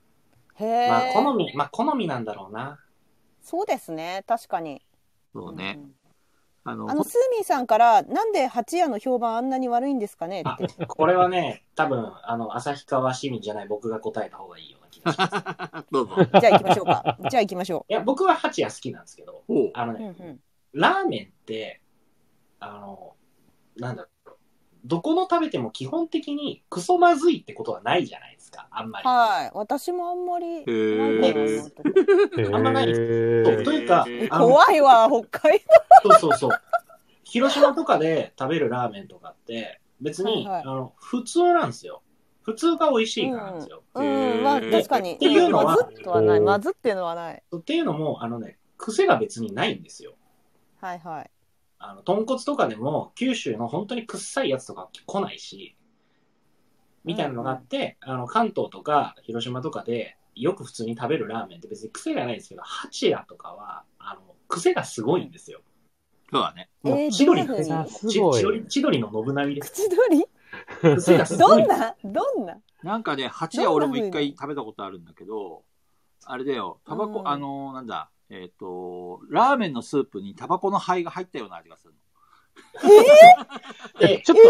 D: へえ、
B: まあ、好み、まあ、好みなんだろうな。
D: そうですね確かに
A: そうね。あ
D: う
A: の、
D: んあのスーミーさんからなんで八夜の評判あんなに悪いんですかね
B: あ、これはね、多分、あの、旭川市民じゃない僕が答えた方がいいような気 がします。
A: どうぞ。
D: じゃあ行きましょうかじゃあ行きましょ
B: いや、僕は八夜好きなんですけど、
A: ほう。
B: あの
D: う、うんう
B: ね、
D: ん、
B: ラーメンって、あの、なんだろう、どこの食べても基本的にクソまずいってことはないじゃないですか、あんまり。
D: はい私もあんまりない
A: ー
D: かな今のとこ
B: あんまないそうというか
A: えー、
B: あの
D: 怖いわ北海道
B: そうそうそう。広島とかで食べるラーメンとかって、別に、
D: はいはい
B: あの普通なんですよ。普通が美味しいからなんですよ。
D: うん、まあ、
A: で
D: 確かに。
B: っていうのは
D: まずっとはない。
C: こう
D: まずっていうのはない。
B: っていうのも、あのね、癖が別にないんですよ。
D: はいはい。
B: あの、豚骨とかでも、九州の本当に臭いやつとか来ないし、みたいなのがあって、あの、関東とか広島とかで、よく普通に食べるラーメンって別に癖がないんですけど、八谷とかは、あの、癖がすごいんですよ。
A: そうだね。
D: え
B: もう、
D: ー
B: 千鳥の
D: どんな風に
C: さす
B: ち
C: ごい
B: 千鳥千鳥の信成です。
D: 口取り
B: 癖がす
D: ど
B: ごい
D: んなどんな
A: なんかね、蜂は俺も一回食べたことあるんだけど、あれだよ、タバコ、
D: うん
A: あのーなんだ、えっ、と、ラーメンのスープにタバコの灰が入ったような味がするの。
B: で
C: ちょっと、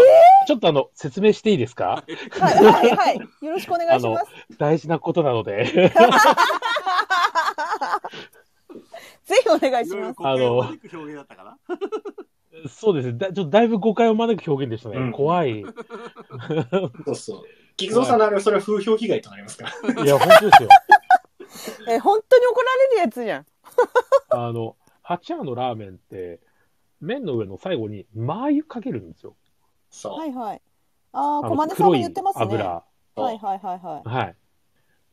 C: ちょっとあの、説明していいですか
D: はいはい はい。よろしくお願いします。
C: 大事なことなの で。
D: ぜひお願い
A: い
D: し
A: ろい
D: ま
A: ろ
D: す。
A: 固形を招く表現だったかな。
C: そうですね。だちょっとだいぶ誤解を招く表現でしたね。
B: うん
C: 怖い。い
B: そうそう。菊蔵さんのあれはそれは風評被害となりますから。
C: や、本当ですよ。
D: え、本当に怒られるやつじゃん。
C: あの、八屋のラーメンって、麺の上の最後に、マー油かけるんですよ。
B: そう。
D: はいはい。あ
C: あ
D: あ、
C: の
D: コマネさんも
C: 黒い
D: 言ってますね。
C: 油。
D: はいはいはいはい。
C: はい。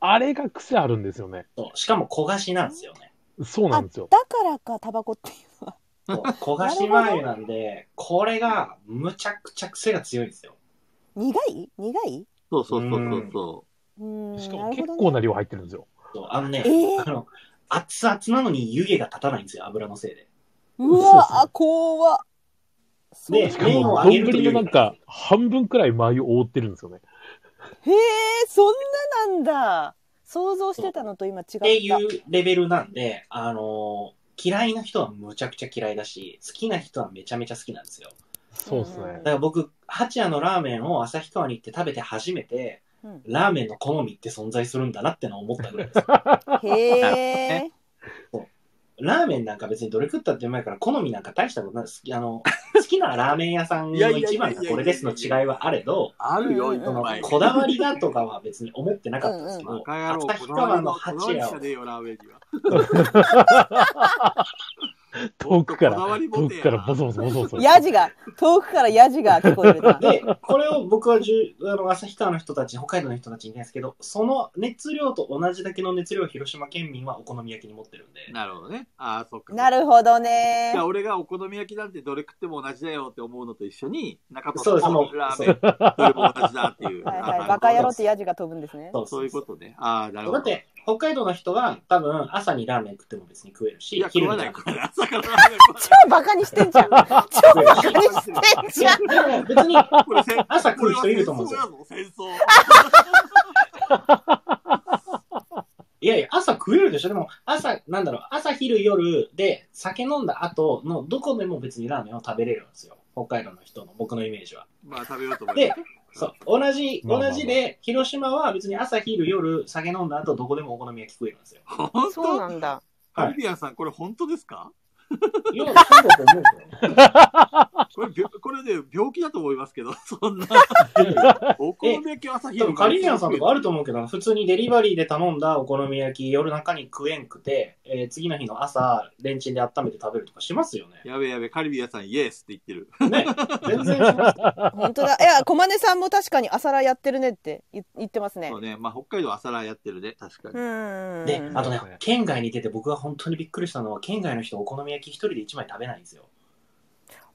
C: あれが癖あるんですよね。
B: そうしかも焦がしなんですよね。
C: そうな
D: あ、
C: んですよ。
D: だからか、タバコっていうのは。
B: そう焦がし眉なんで、これがむちゃくちゃ癖が強いんですよ。
D: 苦い苦い
A: そうそうそうそうそう
D: ーん、
C: しか
D: な
C: も
D: る
C: 結
D: ほど
C: 構
D: ね。
C: な量入ってるんですよ。
B: そうあのね、
D: えー
B: あの、熱々なのに湯気が立たないんですよ、油のせいで。
D: う
C: そうそう
D: わ、あ、怖っ。そう
B: で
D: なん
C: し
D: だ
C: か
D: へ
B: 麺
C: も、
B: を揚げると
C: 丼
B: いうよ
C: の
B: り
C: なんか、半分くらいマー油覆ってるんですよね。
D: え、そんななんだ。想像してたのと今違っ
B: って
D: た。
B: いうレベルなんで、あのー嫌いな人はむちゃくちゃ嫌いだし、好きな人はめちゃめちゃ好きなんですよ。
C: そうです
D: うんうん
C: ね
D: うん
B: だ。から僕、八谷のラーメンを旭川に行って食べて初めて、
D: うん
B: ラーメンの好みって存在するんだなってのは思ったぐらいです。
D: へえ。
B: ラーメンなんか別にどれ食ったってうまいから、好みなんか大したことない。好きあの 好きなラーメン屋さんの一番がこれですの違いはあれど、。
A: あるよ、
D: うん
A: いっぱい。
B: こだわりだとかは別に思ってなかったんですけ
A: バ
B: ど、
A: カ野郎、
B: 旭
A: こだわ
B: 川
A: り
B: の
A: の、こだわ
B: 八
A: り
B: 屋
A: し
B: を
A: かねえよ、ラーメンには。
C: 遠くか
A: もっとこだわ
C: ら、
A: り
C: 遠
A: 持て
C: く
A: や
C: からボソボソボソボソ。
D: ヤジが、遠くからヤジが聞こえるな。
B: で、これを僕はじゅあの旭川の人たち、北海道の人たちに言いたいんですけど、その熱量と同じだけの熱量を広島県民はお好み焼きに持ってるんで、
A: なるほどね。ああ、そっか。
D: なるほどね
A: じゃ。あ俺がお好み焼きなんてどれ食っても同じだよって思うのと一緒に、中田
B: そうです
A: さん
B: も
A: も
B: う
A: ラーメン、どれも同じだっていう。
D: はい
A: あ
D: は。
A: ないるほ
D: バ
A: ど
D: カ野郎ってヤジが飛ぶんですね。
B: そう
A: そういうことね。ああ、なる
B: だ
A: ほど。
B: って、北海道の人は多分朝にラーメン食っても別に食える
A: い
B: し
A: や、、食
B: 昼
A: わ
B: に
A: ない、
B: ラー
A: 食わない。朝からラ
D: 超バカにしてん じゃん。超バカにしてんじゃん。
B: メン食べる。いやでも
A: ーメンこれ戦争
B: 別に朝食う人いると思うんですよ。
A: これは戦争
B: いやいや、朝食えるでしょ。でも、朝、なんだろう、朝、昼、夜で酒飲んだ後のどこでも別にラーメンを食べれるんですよ。北海道の人の僕のイメージは。
A: まあ、食べようと思い
B: で
A: ます。、
B: そう、同じ、
C: まあま
B: 同
C: あまあ
B: じで、広島は別に朝、昼、夜、酒飲んだ後、どこでもお好み焼き食えるんですよ。
A: 本
D: そう
A: 当
D: なんだ。
B: はい
A: ビビアンさん、これ本当ですか
B: ようそうだと思うよ。
A: これ、病これね、病気だと思いますけど、 そ んな。お好み焼き朝
B: 多
A: 昼
B: 分カリビアンさんとかあると思うけど、普通にデリバリーで頼んだお好み焼き、夜中に食えんくて、えー次の日の朝、レンチンで温めて食べるとかしますよね。
A: やべやべ、カリビアンさんイエスって言ってる。
B: ね、全然します。
D: 本当だ。いや、小金さんも確かに朝ラーやってるねって言言ってますね
A: そ。うね、まあ、北海道朝ラーやってるね、確か
D: う
A: に。
D: ーん。
B: で、あとね
C: うん、
B: 県外に出て僕が本当にびっくりしたのは、県外の人お好み焼き一人で一枚食べないんですよ。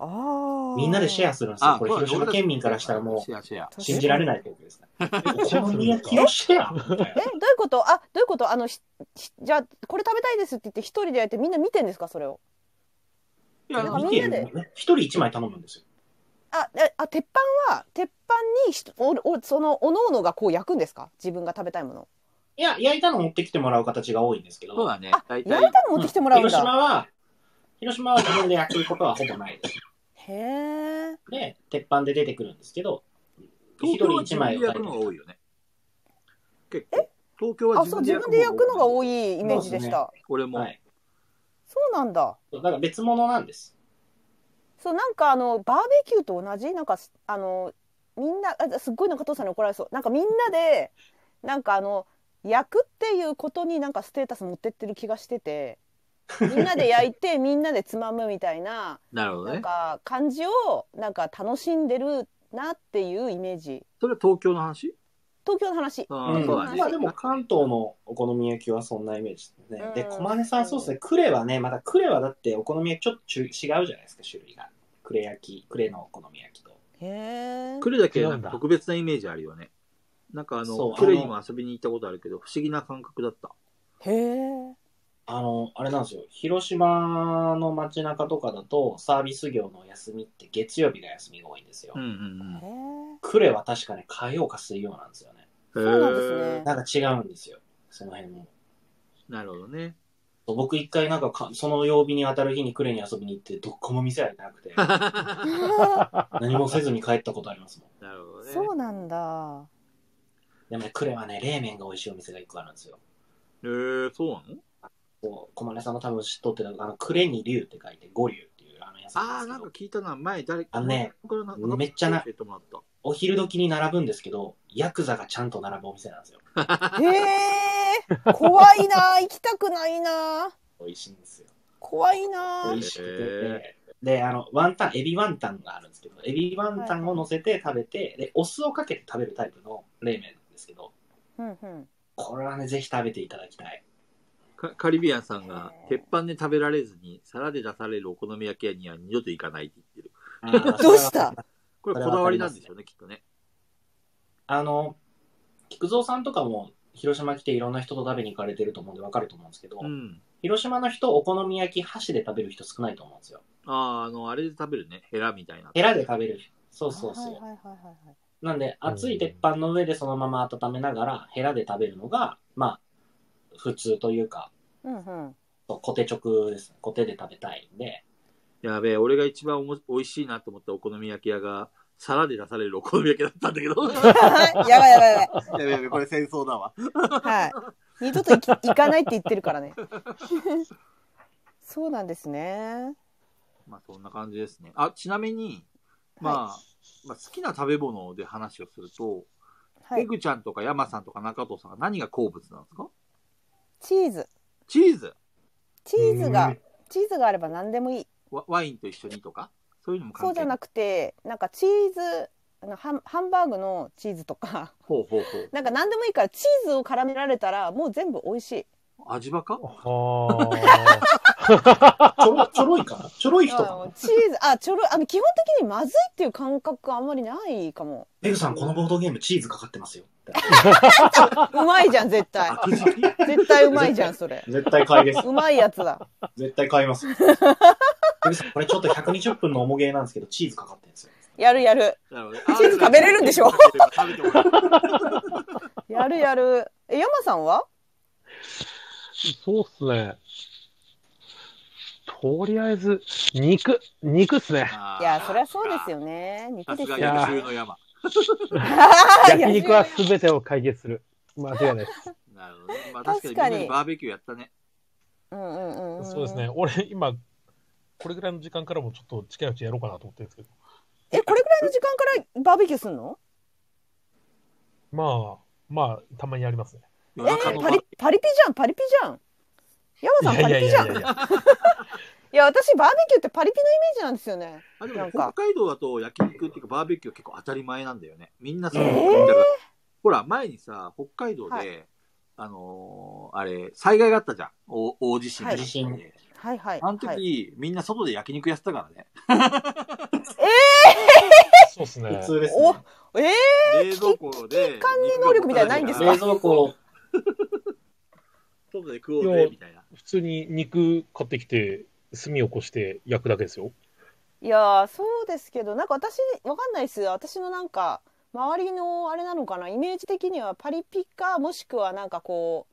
D: あー
B: みんなでシェアするんですよ。これ広島県民からしたらも
A: シェアシェア。
B: う、信じられない僕ですね。お
C: シェア
B: 好
C: するん
B: み
C: です
B: 焼
C: か
B: きをシェアみたいな
D: え、どういうことあ、どういうことあの、ししじゃあ、これ食べたいですって言って一人でやってみんな見てんですかそれを。
A: いや、
D: なん
A: で
D: か
A: も
B: 見てるのね。一人一枚頼むんですよ。
D: あ、えあ、鉄板は、鉄板にひと、お、お、その、おのおのがこう焼くんですか自分が食べたいもの。
B: いや、焼いたの持ってきてもらう形が多いんですけど、
A: そうだね
D: あ、。
A: 大
D: 焼い
A: 体、
D: たの持ってきてもらうん
B: 広
D: だ。
B: 島は、広島は自分で焼くことはほぼないです。
D: へえ。
B: で、鉄板で出てくるんですけど、一
A: 東京
B: 人
A: は
B: 一
A: 自分で
B: 枚を
A: 焼くの
B: 炊いて
A: が多いよね。結構。東京は
D: あ、そう、自分で焼くのが多
A: い。
D: いイメージでした。
A: 俺も。
B: はい。
D: そうなんだ。
B: だから別物なんです。
D: そうなんかあのバーベキューと同じなんかすあのみんなあすっごい中藤さんに怒られそうなんかみんなでなんかあの焼くっていうことになんかステータス持ってってる気がしててみんなで焼い てみんなでつまむみたいな
A: なるほど
D: なん
A: ね。
D: か感じをなんか楽しんでるなっていうイメージ
A: それは東京の話
D: 東京の話
A: あ
B: う
A: あ、
B: ん、
A: そう
B: ま
A: だね。
B: あでも関東のお好み焼きはそんなイメージですね。で、
D: うん
B: 駒根さんそうですね、クレはね、またクレはだってお好み焼きちょっとちゅ違うじゃないですか、種類が。クレ焼き、クレのお好み焼きと。
D: へえ
A: クレだけなんか特別なイメージあるよね。なんかあ
B: そ
A: の、
B: う
A: クレにも遊びに行ったことあるけど、不思議な感覚だった。
D: へえ
B: あの、あれなんですよ、広島の街中とかだとサービス業の休みって月曜日が休みが多いんですよ。
A: うんうん
D: へえ
B: クレは確かね、火曜か水曜なんですよね。
A: うん。
D: そうなんですね
A: へえ
B: なんか違うんですよ、その辺も。
A: なるほどね。
B: 僕一回なんかかその曜日に当たる日にクレに遊びに行ってどこも店開いて なくて 何もせずに帰ったことありますもん
A: なるほどね。
D: そうなんだ
B: でもね、クレはね、冷麺が美味しいお店が一個あるんですよ。
A: へえそうなの
B: こう、小金さんも多分知っとってた、あの、クレに竜って書いて、五竜っていうラーメン屋さん
A: ああ、
B: な
A: なんんか
B: です
A: 聞
B: けど、
A: いたな。前誰
B: あのね、
A: これな
B: めっちゃな
A: 教えてもらった。
B: お昼時に並ぶんですけど、ヤクザがちゃんと並ぶお店なんですよ。
D: へえ怖いな行きたくないな
B: 美味しいんですよ。
D: 怖いな
B: 美味しくて。で、あの、ワンタン、エビワンタンがあるんですけど、エビワンタンを乗せて食べて、で、お酢をかけて食べるタイプの冷麺なんですけど、
D: うんうん
B: これはね、ぜひ食べていただきたい。
A: カカリビアンさんが
D: へー
A: 鉄板で食べられずに皿で出されるお好み焼き屋には二度と行かないって言ってる。
D: どうした
A: これこだわりなんでしょうね、きっとね。
B: あの、菊蔵さんとかも広島来ていろんな人と食べに行かれてると思うんでわかると思うんですけど、
A: うん。
B: 広島の人お好み焼き箸で食べる人少ないと思うんですよ。
A: ああ、あの、あれで食べるね。ヘラみたいな。
B: ヘラで食べる人。そうそう
D: はい
B: そう。
D: はいはいはいはい
B: なんで、熱い鉄板の上でそのまま温めながら、ヘラで食べるのが、まあ、普通というか、
D: うんうん
B: そうコテ直ですね。コテで食べたいんで、
A: やべえ、俺が一番おも美味しいなと思ったお好み焼き屋が、皿で出されるお好み焼きだったんだけど。 や
D: はいやばいやばいや
A: べえやべえ、これ戦争だわ。
D: ばい。はい。二度と行き行かないって言ってるからね。そうなんですね。
A: まあ、そんな感じですね。あ、ちなみに、まあ、まあ、好きな食べ物で話をすると、
D: はい
A: ペ。グちゃんとか山さんとか中藤さんは何が好物なんですか
D: チーズ。
A: チーズ
D: チーズ
B: う
D: が
B: ん、
D: チーズがあれば何でもいい。
A: ワワインと一緒にとかそういうのも
D: そ
A: 関
D: うじ
A: 係
D: ゃ
A: ない
D: なくて、なんかチーズ、あのハンハンバーグのチーズとか、
A: ほうほうほう。
D: なんか何でもいいからチーズを絡められたらもう全部美味しい。
A: 味ばか
C: は
B: ちょろ、ちょろいかなちょろい人か
D: あ
B: な
D: のチーズ、あ、ちょろい、あの基本的にまずいっていう感覚あんまりないかも。
B: ペグさん、このボードゲームチーズかかってますよ。
D: うまいじゃん、絶対。
A: 悪好き
D: 絶対うまいじゃん、それ。
B: 絶対買いです。
D: うまいやつだ。
B: 絶対買います。ペグさん、これちょっと120分の重げなんですけど、チーズかかってるんですよ。
D: やるやる。
A: なるほど
D: チーズ食べれるんでしょ
A: 食べてもらう
D: やるやる。え、山さんは
C: ーそうっすね。とりあえず、肉、肉っすね。
D: いや、そりゃそうです。よね。肉
A: さ
D: ですすよ
A: が
D: ね。
A: 野球の山。
C: 焼肉は全てを解決する。間違いないです。
A: なるほどね。まあ確
D: 確か
A: か
D: に
A: にみんなでバーベキューやったね。
D: うんうんうんうん。
C: そうですね。。俺、今、これぐらいの時間からもちょっと近いうちやろうかなと思ってるんですけど。
D: え、これぐらいの時間からバーベキューすんの
C: まあ、まあ、たまにやりますね。
A: 夜中
D: え
A: のバ
D: パ
A: ーベ
D: リ、パリピじゃん、パリピじゃん。山さん、パリピじゃん。いや
C: いや。
D: 私、バーベキューってパリピのイメージなんですよね。
A: キュー。あで
D: な
A: も
D: んか
A: 北海道だと焼肉っていうかバーベキュー結構当たり前なんだよね。みんなそう。
B: え
D: ー
A: ほら、前にさ、北海道
D: は
A: で、あのーあれ、災害があったじゃん。大大地震
D: はい
B: 地震
D: はいはい。
A: あの時、
D: はい、
A: みんな外で焼肉やってたからね。
C: そうっす
B: 普
C: ね。
B: 通です、
D: お
B: ね。
D: えー、
A: 冷蔵庫で。
D: 危機管理能力みたいなのないんですか
B: 冷蔵庫、
A: 外で食おうぜ、みたいな。
C: 普通に肉買ってきて、炭を起こして焼くだけですよ。
D: いやーそうですけどなんか私わかんないです私のなんか周りのあれなのかなイメージ的にはパリピかもしくはなんかこ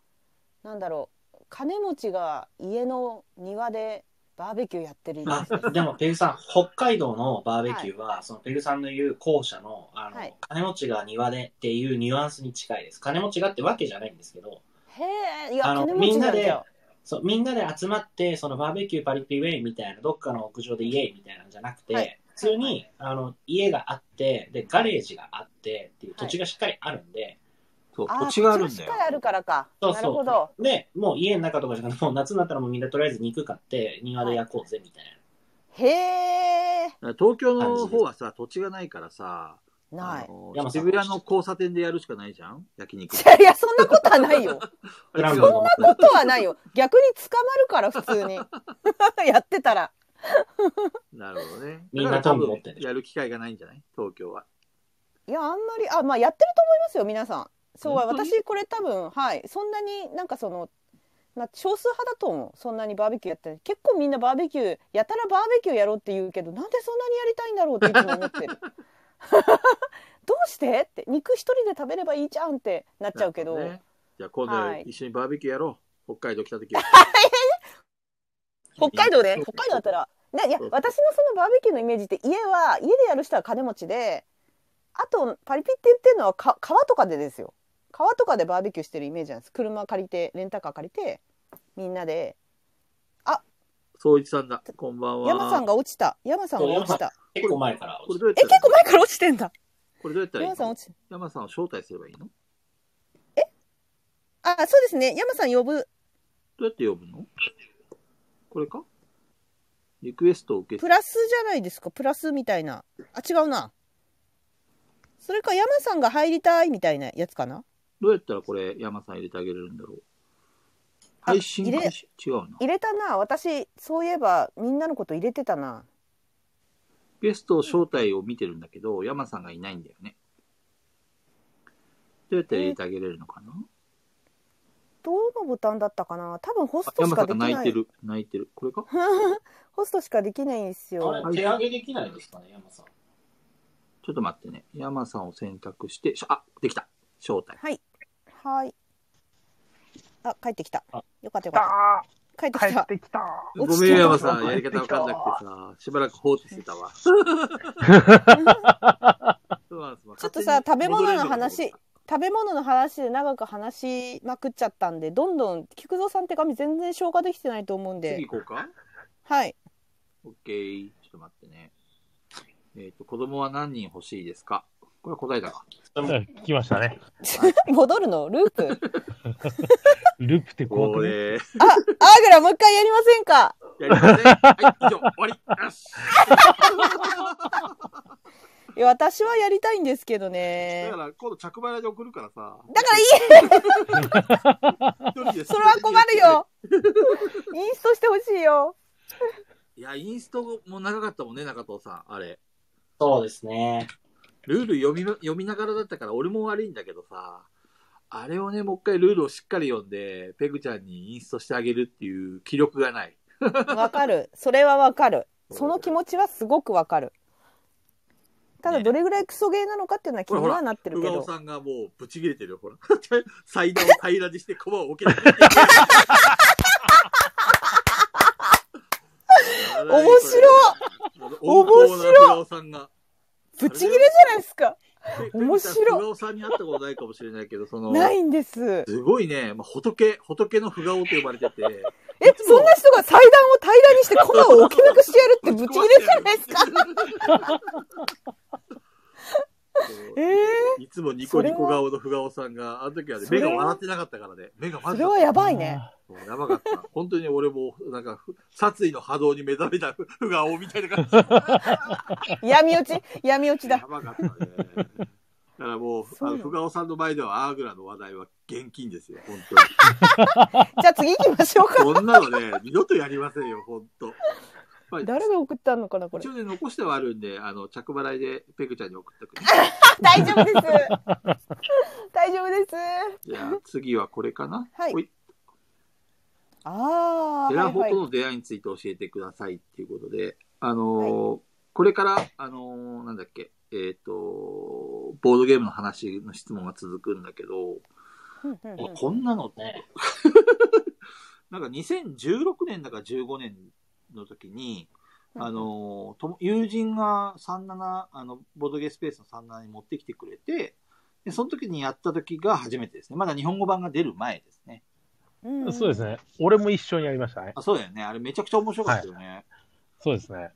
D: うなんだろう金持ちが家の庭でバーベキューやってるイメージ
B: あでもペグさん、北海道のバーベキューは、そのペグさんの言う校舎のあの、
D: はい
B: 金持ちが庭でっていうニュアンスに近いです。金持ちがってわけじゃないんですけど、
D: へえいや
B: あの
D: 金持ちなんだよ
B: そうみんなで集まって、そのバーベキューパリピウェイみたいな、どっかの屋上でイエイみたいなんじゃなくて、
D: はい
B: 普通にあの家があってで、ガレージがあってっていう土地がしっかりあるんで、
A: そう、
D: あ
A: 土
D: ー
A: 地があるん
D: 土
A: だ
D: 地
A: よ
D: がしっか。りあるからか
B: そうそう
D: なるほど
B: で、もう家の中とかじゃなくて、もう夏になったらもうみんなとりあえず肉買って、庭で焼こうぜみたいな。
D: へえ
A: 東京の方はさ、土地がないからさ、
D: な
A: あ
D: い。
A: の
B: 山さん
A: 渋谷の交差点でやるしかないじゃん焼 肉。
D: いやいや、そんなことはないよ。
B: ブラ
A: 違
B: ンド
A: う
B: の
D: ことはないよ。逆に捕まるから、普通に。 やってたら。
A: なるほどね。
B: みんな
A: だから
B: トンボ持ってる
A: やる機会がないんじゃない東京は。
D: いや、あんまり、あ、まあ、やってると思いますよ、皆さん。そう、
A: 本当に
D: 私、これ多分、はい、そんなになんかその、な少数派だと思う。そんなにバーベキューやってない。結構みんなバーベキュー、やたらバーベキューやろうって言うけど、なんでそんなにやりたいんだろうっていつも思ってる。 どうしてって、肉一人で食べればいいじゃんってなっちゃうけど、
A: なるほねじゃあ今
D: はい
A: 度一緒にバーベキューやろう。北海道来た時は。
D: 北海道で、
A: そうそう
D: 北海道だったら、ね、いや、
A: そうそう
D: 私のそのバーベキューのイメージって、家は、家でやる人は金持ちで、あと、パリピって言ってるのはか、川とかでですよ。川とかでバーベキューしてるイメージなんです。車借りて、レンタカー借りて、みんなで。
A: 総一さんだ。こんばんは。
D: 山さんが落ちた。山さんが落ちた。
B: 結構前から。
A: これどうやっ
D: え、
A: たら
D: 結構前から落ちてんだ。
A: これどうやったらいい
D: 山さん
A: の
D: 落ち
A: 山さんを招待すればいいのど
D: あ、そうですね。山さん呼ぶ。
A: うやって呼ぶのこれかリクエストを受け
D: プラスじゃないですか。プラスみたいな。あ、違うな。それか、山さんが入りたいみたいなやつかな。
A: どうやったらこれ山さん入れてあげれるんだろう
D: あ
A: 配信
D: 入れ
A: 開始違うな。
D: 入れたな。私、そういえば、みんなのこと入れてたな。
A: ゲスト招待を見てるんだけど、山さんがいないんだよね。どうやって入れてあげれるのかな、
D: どのボタンだったかな多分ホス
A: あ
D: トし
A: 山さ
D: か
A: んが
D: できな
A: 泣い
D: い
A: てる。泣いてる。これか
D: ホストしかできないんですよ
B: あれ、手上げできないですかね、山さん。
A: ちょっと待ってね。山さんを選択して、しあ、できた。招待。
D: はいはいあ帰ってきた
B: あ
D: よかったよかっ
C: あ
D: た帰って
C: ー帰
D: き
C: ったてきた
D: 落
A: ご
D: ち
A: め
D: て
A: ん、
D: た
A: 山さん。やり方わかんなくてさ、しばらく放置してたわ。そうなんです
D: ちょっとさ食べ物の話。 食べ物の話で長く話しまくっちゃったんでどんどん菊蔵さん手紙全然消化できてないと思うんで
A: 次行こうか。
D: はい
A: オッケー。ちょっと待ってね。えっ、と、子供は何人欲しいですかこれは答えだわ。
C: 聞きましたね。
D: 戻るのループ
C: ループって怖
A: こ
C: くね。
A: れ、
D: アーグラもう一回やりませんか
A: やりません。はい、以上、終わり。よし。
D: いや私はやりたいんですけど
A: だ
D: ね
A: から、今度着払いで送るからさ。
D: だからいい
A: 一人で
D: それは困る。 よインストしてほしいよ
A: いや、インストも長かったもんね、中藤さん。あれ。
B: そうですね。
A: ルール読みま読みながらだったから、俺も悪いんだけどさ、あれをね、もう一回ルールをしっかり読んで、ペグちゃんにインストしてあげるっていう気力がない。
D: わかる。それはわかる。その気持ちはすごくわかる。ただ、
A: ね
D: どれぐらいクソゲーなのかっていうのは気
A: ほ
D: に
A: らほ
D: は
A: ら
D: なってる
A: ル
D: け
A: ガオ
D: ど。
A: さんがもうブチ切れてるよ、ほら。 祭壇を平らにして駒を置けない。
D: 面白い
A: 面
D: 面白い
A: ルガオさんが。
D: ぶち切れじゃないですか。面白い
A: ペグちゃんルガオさんに会ったことないかもしれないけど、その、
D: ないんです。
A: すごいね、まあ、仏、仏の不顔と呼ばれてて。
D: え、そんな人が祭壇を平らにして駒を置きなくしてやるってぶち切れじゃないですか。 ええ
A: いつもニコニコ顔の不顔さんが、あの時はね、
D: そ
A: 目
D: れは
A: が笑ってなかったからね。目が
D: そ
A: 笑
D: れはやばいね。
A: やばか った。本当に俺も、なんか、ふ殺意の波動に目覚めた 不不顔みたいな感じ。
D: 闇落ち、闇落ち
A: や
D: だ。
A: ばかったね。だからもう、
D: そう
A: あ
D: な
A: の
D: の
A: 不顔さんの前ではアーグラの話題は現金ですよ、本
D: じゃあ次行きましょうか。
A: 当に。こんなのね、 二度とやりませんよ、本当。まあ
D: 誰が送ったのかな、これ
A: 一応。ね、残してはあるんで、あの、着払いでペグちゃんに送って くる。
D: 大丈夫 です。大丈夫です。
A: じゃあ、次はこれかな。
D: はい
A: ほい
D: ああ、
A: テラ
D: はい
A: フォ
D: はい
A: と。の出会いについて教えてくださいっていうことで、あのーこれから、あのーなんだっけ、えっ、と、ボードゲームの話の質問が続くんだけど、
D: うんうんうん
A: こんなの、
B: ね。
A: なんか2016年だから15年の時に、あのーとも友人が37、あの、ボードゲースペースの37に持ってきてくれて、で、その時にやった時が初めてですね。まだ日本語版が出る前ですね。
D: うんうん
C: そうですね。俺も一緒にやりましたね。
A: あ、そうだよね。あれめちゃくちゃ面白かったよね。
C: そうですね。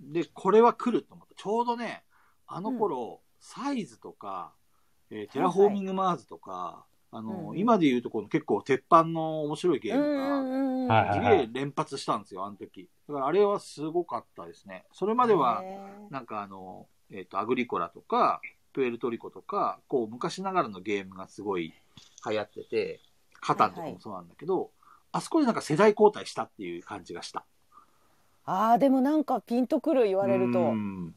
A: で、これは来ると思った。ちょうどね、あの頃、サイズとか、えーテラフォーミングマーズとか、あの、
D: うん
A: 今で言うとこの結構鉄板の面白いゲー
D: うんう
A: ム
D: んうん。
C: はい
A: が、すげえ連発したんですよ、あの時。だからあれはすごかったですね。それまでは、
D: へー
A: なんかあの、えっ、と、アグリコラとか、プエルトリコとか、こう、昔ながらのゲームがすごい流行ってて、カタンとかもそうなんだけど、あそこでなんか世代交代したっていう感じがした。
D: ああでもなんかピンとくる言われると、
A: うん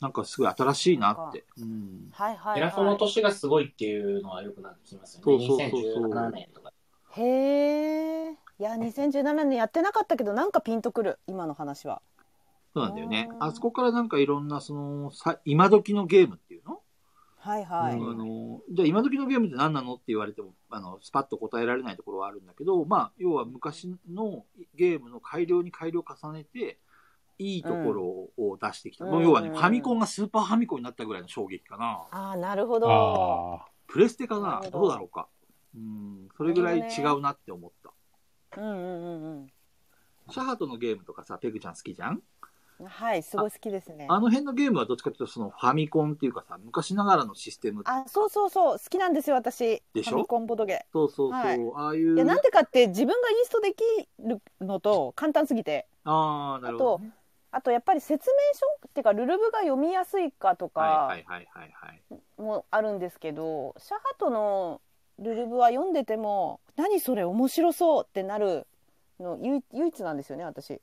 A: なんかすごい新しいなって。うん。
D: はいは
B: エ
D: い、
B: ラフォの
D: は
B: 年がすごいっていうのはよくなってきますよ
A: そう
B: ね。
A: そうそうそう
B: 2017年とか。
D: い、へえいや2017年やってなかったけどなんかピンとくる今の話は
A: そうなんだよね
D: う。ん
A: あそこからなんかいろんな、その、さ今時のゲームっていうの
D: はいはい、
B: うん
A: あのじゃあ今時のゲームって何なのって言われてもあのスパッと答えられないところはあるんだけど、まあ、要は昔のゲームの改良に改良を重ねていいところを出してきた、
D: うん
A: もう要はね
D: う
A: フ
D: ん
A: ァミコンがスーパーファミコンになったぐらいの衝撃かな
D: ああなるほど
C: ああ。
A: プレステかな
D: なるほど
A: どうだろうかうんそれぐらい違うなって思った、
D: うんうんうん
A: シャハトのゲームとかさペグちゃん好きじゃん
D: うんはいすごい好きですね
A: あの辺のゲームはどっちかというとそのファミコンっていうかさ昔ながらのシステム
D: あそうそうそう好きなんですよ私
A: でしょ
D: ファミコンボドゲ
A: そうそうそう、
D: はい
A: ああいう
D: いやなんでかって自分がインストできるのと簡単すぎて
A: ああなるほどね、
D: あとやっぱり説明書っていうかルルブが読みやすいかと
A: は
D: か
A: いはいはいはいはい
D: もあるんですけど、シャハトのルルブは読んでても何それ面白そうってなるの唯唯一なんですよね私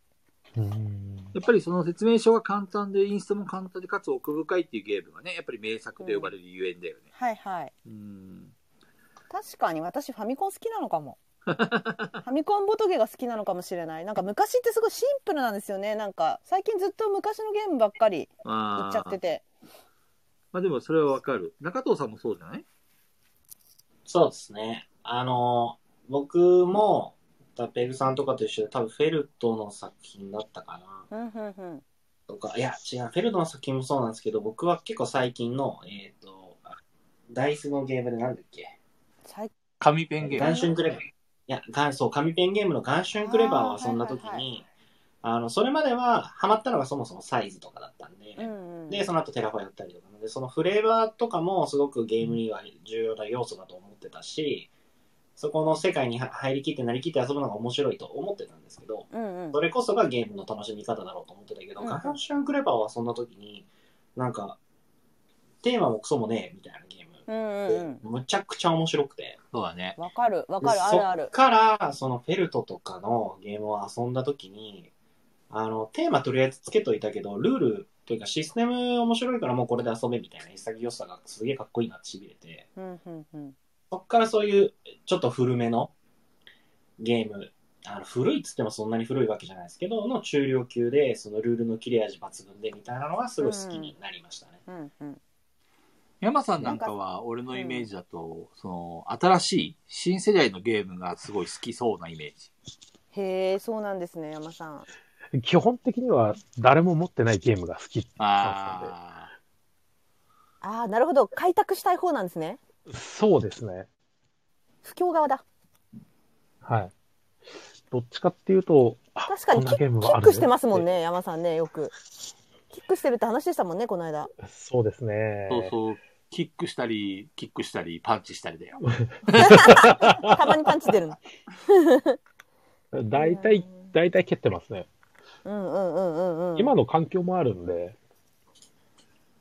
C: うん。
A: やっぱりその説明書が簡単で、インストも簡単で、かつ奥深いっていうゲームがね、やっぱり名作と呼ばれるゆえんだよね。
D: はいはい
A: うん。
D: 確かに私ファミコン好きなのかもファミコンボトゲが好きなのかもしれないなんか昔ってすごいシンプルなんですよねなんか最近ずっと昔のゲームばっかり
A: まあ、
D: 言っちゃってて
A: まあでもそれはわかる。中藤さんもそうじゃない
B: そうですね。あの、僕も、ダペグさんとかと一緒で多分フェルトの作品だったかな。
D: うんうんうん
B: とか、いや、違う、フェルトの作品もそうなんですけど、僕は結構最近の、えっ、と、ダイスのゲームでなんだっけ
D: 最
A: 紙ペンゲー
B: ガン
A: ム。
B: シュンクレバー。いや、ガンそう、紙ペンゲームのガンシュンクレバーはそんな時
D: あーはいはい
B: に、あの、それまでは、ハマったのがそもそもサイズとかだったんで、
D: うんうん
B: で、その後テラフォやったりとかので、そのフレーバーとかもすごくゲームには重要な要素だと思ってたし、そこの世界には入りきってなりきって遊ぶのが面白いと思ってたんですけど、
D: うんうん
B: それこそがゲームの楽しみ方だろうと思ってたけど、
D: うん
B: ガンシュンクレバーはそんな時に、なんか、テーマもクソもねえみたいなゲーム。
D: うんうんうん
B: むちゃくちゃ面白くて。
A: そうだね。
D: わかるわかるあ
B: そ
D: るある
B: っから、そのフェルトとかのゲームを遊んだ時に、あの、テーマとりあえずつけといたけど、ルールというかシステム面白いからもうこれで遊べみたいな潔さがすげえかっこいいなって痺れて、
D: うんうんうん
B: そっからそういうちょっと古めのゲーム、あの古いっつってもそんなに古いわけじゃないですけど、の中量級で、そのルールの切れ味抜群でみたいなのはすごい好きになりましたね。
D: うんうん
A: 山さんなんかは、俺のイメージだと、その、新しい、新世代のゲームがすごい好きそうなイメージ。
D: へえそうなんですね山さん
C: 基本的には誰も持ってないゲームが好きって感
A: ああ。
D: ああなるほど開拓したい方なんですね
C: じなんで。そうですね。
D: 不況側だ
C: はい。どっちかっていうと、あ
D: 確かに
C: こんなゲーム
D: キ
C: がある
D: ッ
C: ね
D: クしてますもん。ね山さんねよくキックしてるって話でしたもんねこの間
C: そうですね。
A: そうそう。キックしたり、キックしたり、パンチしたりだよ。
D: たまにパンチ出るの
C: 大体、大体蹴ってますね。
D: うんうんうんうんうん
C: 今の環境もあるんで。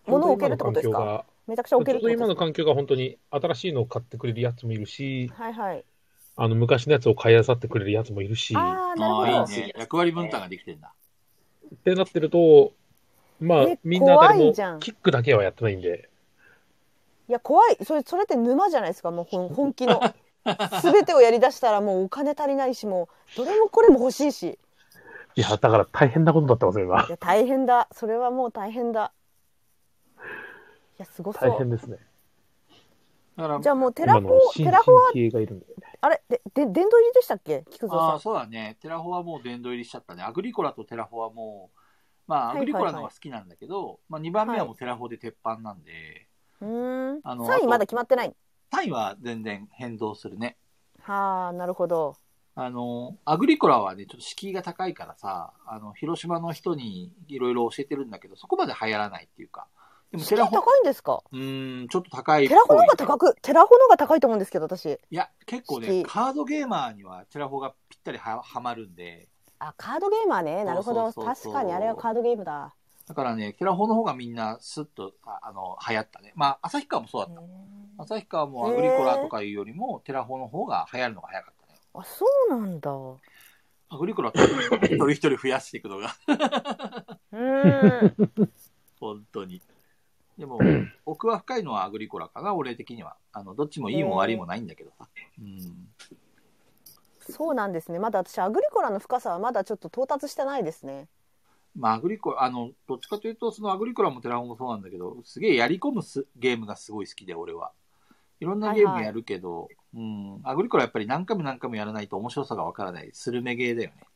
D: 物を置けるってことですかめちゃくちゃ
C: ちょ
D: 置
C: う
D: けるって
C: ど
D: こと
C: 今
D: で
C: の
D: すか
C: 環境が本当に新しいのを買ってくれるやつもいるし、
D: はいはい
C: あの昔のやつを買い漁ってくれるやつもいるし、っ
D: ああなる
A: あ
D: ほ
A: あ、いい
D: ど
A: ね。役割分担ができてんだ。
C: てなってると、まあ
D: え
C: みんな誰
D: 怖い
C: も
D: じゃん
C: キックだけはやってないんで、
D: いや怖いそれそれって沼じゃないですかもうほん本気の全てをやりだしたらもうお金足りないしもうどれもこれも欲しいし
C: いや、だから大変なことになってますよ、今
D: い。や大変だそれはもう大変だいやすごそ
C: 大変
D: う
C: ですね。
A: だから
D: じゃあもうテラ
C: 今の
D: フォ
C: 新
D: テラフォは
C: 新系がいるんで。
D: あれでで殿堂入りでしたっけ菊蔵
A: ああ、
D: さ
A: そうだね。テラフォはもう殿堂入りしちゃったね。アグリコラとテラフォはもう、まあ、
D: は
A: ア
D: いはいは
A: グ
D: い
A: リコラの方が好きなんだけど、まあ、2番目はもうテラフォで鉄板なんで、
D: んうーん
A: あの
D: 3位まだ決まってない
A: 単位は全然変動するね。
D: はあなるほど
A: あの、アグリコラはね、ちょっと敷居が高いからさ、あの、広島の人にいろいろ教えてるんだけど、そこまで流行らないっていうか。でも
D: 敷
A: テ
D: 居
A: ラフォ、
D: 高いんですか
A: うーん、ちょっと高いっぽ
D: テ
A: い。
D: ラフォの方が高くテラフォの方が高いと思うんですけど私
A: いや、結構
D: 敷
A: ね、
D: 居
A: カードゲーマーにはテラフォがぴったりははまるんで、
D: あカードゲーマーねなるほど
A: そうそうそうそう
D: 確かにあれはカードゲームだ
A: だからね、キャラホの方がみんなスッと、ああの、流行ったね。まあ、旭川もそうだった。旭川もアグリコラとかいうよりも、テラホの方が流行るのが早かったね。
D: あ、そうなんだ。う
A: アグリコラって一人一人増やしていくのが、
D: ーん。
A: 本当に。でも、奥は深いのはアグリコラかな、俺的には。あの、どっちもいいも悪いもないんだけどさ。うん。
D: そうなんですね。まだ私、アグリコラの深さはまだちょっと到達してないですね。
A: まあ、アグリコラ、あの、どっちかというと、そのアグリコラもテラホもそうなんだけど、すげえやり込むすゲームがすごい好きで、俺は。いろんなゲームやるけど、うん、アグリコラやっぱり何回も何回もやらないと面白さがわからない、スルメゲーだよね。うん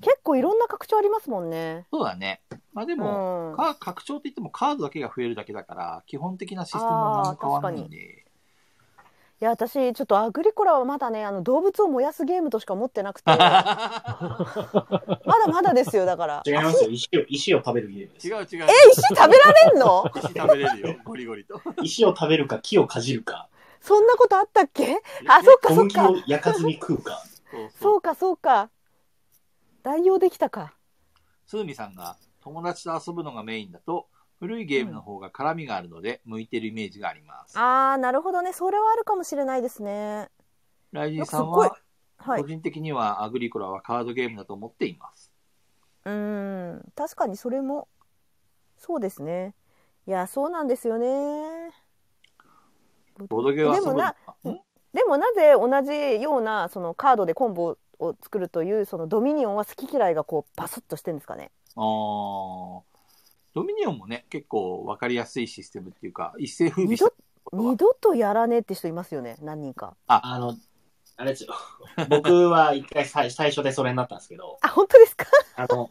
D: 結構いろんな拡張ありますもんね。
A: そうだね。まあで
D: う
A: も、
D: ん。
A: か拡張って言ってもカードだけが増えるだけだから、基本的なシステムは何も変わらないんで。
D: いや、私、ちょっとアグリコラはまだね、あの、動物を燃やすゲームとしか思ってな くて、まだまだですよ、だから。
B: 違いますよ。石を、石を食べるゲームです。
A: う違う。
D: え、石食べられんの
A: 石食べれる よ、ゴリゴリと。
B: 石を食べるか、木をかじるか、
D: そんなことあったっけあ、そっか
B: 小
D: そっ
B: 麦
D: か
B: を。焼かずに食うか。
A: そうそ。
D: そううかそうか。代用できたか。
A: スーミさんが友達と遊ぶのがメインだと、古いゲームの方が絡みがあるので、向いてるイメージがあります。
D: あー、なるほどね。それはあるかもしれないですね。
A: ライジンさん
D: すっ
A: は、
D: は
A: 個
D: い。
A: 人的にはアグリコラはカードゲームだと思っています。
D: うーん。確かにそれも、そうですね。いや、そうなんですよね。
A: ボードゲームは遊ぶのか
D: でもなんでもなぜ同じようなそのカードでコンボを作るというそのドミニオンは好き嫌いがこうパスッとしてるんですかね。
A: あードミニオンもね、結構わかりやすいシステムっていうか、一世風靡
D: 二
A: した
D: 度。二度とやらねえって人いますよね。何人か。
B: あの、あれですよ。 僕は一回最最初でそれになったんですけど、
D: あ、本当ですか。
B: あの、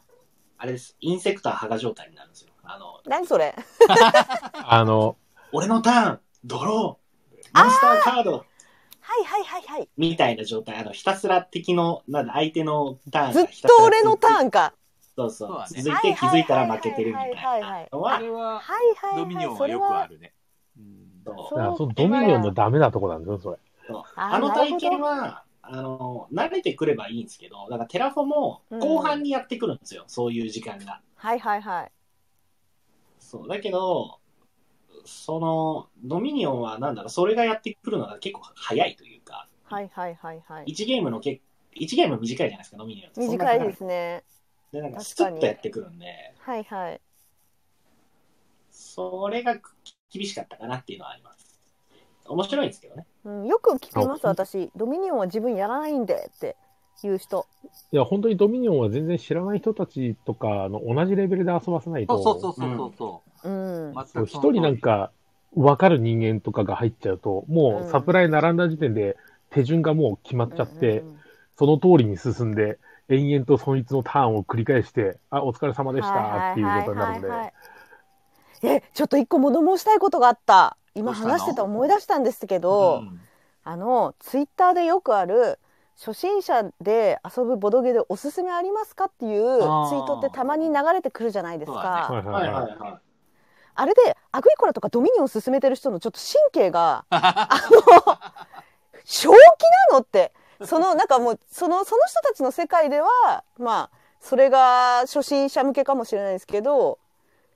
B: あれです。インセクター羽賀状態になるんですよ。あの、
D: 何それ。
C: あの、
B: 俺のターン、ドロー、モンスターカード、
D: はいはいはいはい。
B: みたいな状態。あの、ひたすら敵の、なんだ、相手のターン
D: ずっ
B: が
D: と
B: ひたすら続いて
D: 俺のターンか。
B: そう
A: そ
B: そ
A: うだ
B: う。
A: ね
B: 続いて気づいたら負けてるみたい
D: はいはいはいはい
B: なの
A: あ
B: は。
A: れは、
D: はいはいはい。
A: ドミニオンはよくあるね。うん
B: そう
C: だからそのドミニオンのダメなとこなんですよ、それ。
B: そう
D: あー
B: あの体
D: なる
B: 験
D: ほ
B: は、あの、慣れてくればいいんですけど、だからテラフォも
D: うん
B: 後半にやってくるんですよ、そういう時間が。
D: はいはいはい。
B: そう、だけど、その、ドミニオンはなんだろう、それがやってくるのが結構早いというか、
D: はいはいはいはい。
B: 1ゲームのけ、1ゲーム短いじゃないですか、ドミニオンって。そんな
D: 短いですね。
B: で、なんかス
D: 確か
B: ッ
D: に
B: とやってくるんで、
D: はいはい。
B: それが厳しかったかなっていうのはあります。面白いんですけどね。
D: うん、よく聞きます
C: あ
D: 私。ドミニオンは自分やらないんでっていう人。
C: いや、本当にドミニオンは全然知らない人たちとかの同じレベルで遊ばせない
A: そ
C: と、
A: うそうそうそうそう。
D: うん。
A: 全くそ
C: そう
A: の
C: 一人なんか分かる人間とかが入っちゃうと、も
D: うん
C: うサプライ並んだ時点で手順がもう決まっちゃって、
D: うんうんうん
C: その通りに進んで、延々とそいつのターンを繰り返して、あ、お疲れ様でしたっていう状態になるんで、
D: はいはいはいはいえ、ちょっと一個物申したいことがあった。
A: ど
D: 今
A: うしたの
D: 話してた思い出したんですけど、
A: うん
D: あのツイッターでよくある初心者で遊ぶボドゲでおすすめありますかっていうツイ
A: あー
D: ートってたまに流れてくるじゃないで
A: そ
D: す
A: うだ
D: か。
C: はい
B: は
C: はいい
B: は
C: はい。
B: いは
D: あれでアグリコラとかドミニオン勧めてる人のちょっと神 経があの正気なのってそのなんかもうそのその人たちの世界ではまあそれが初心者向けかもしれないですけど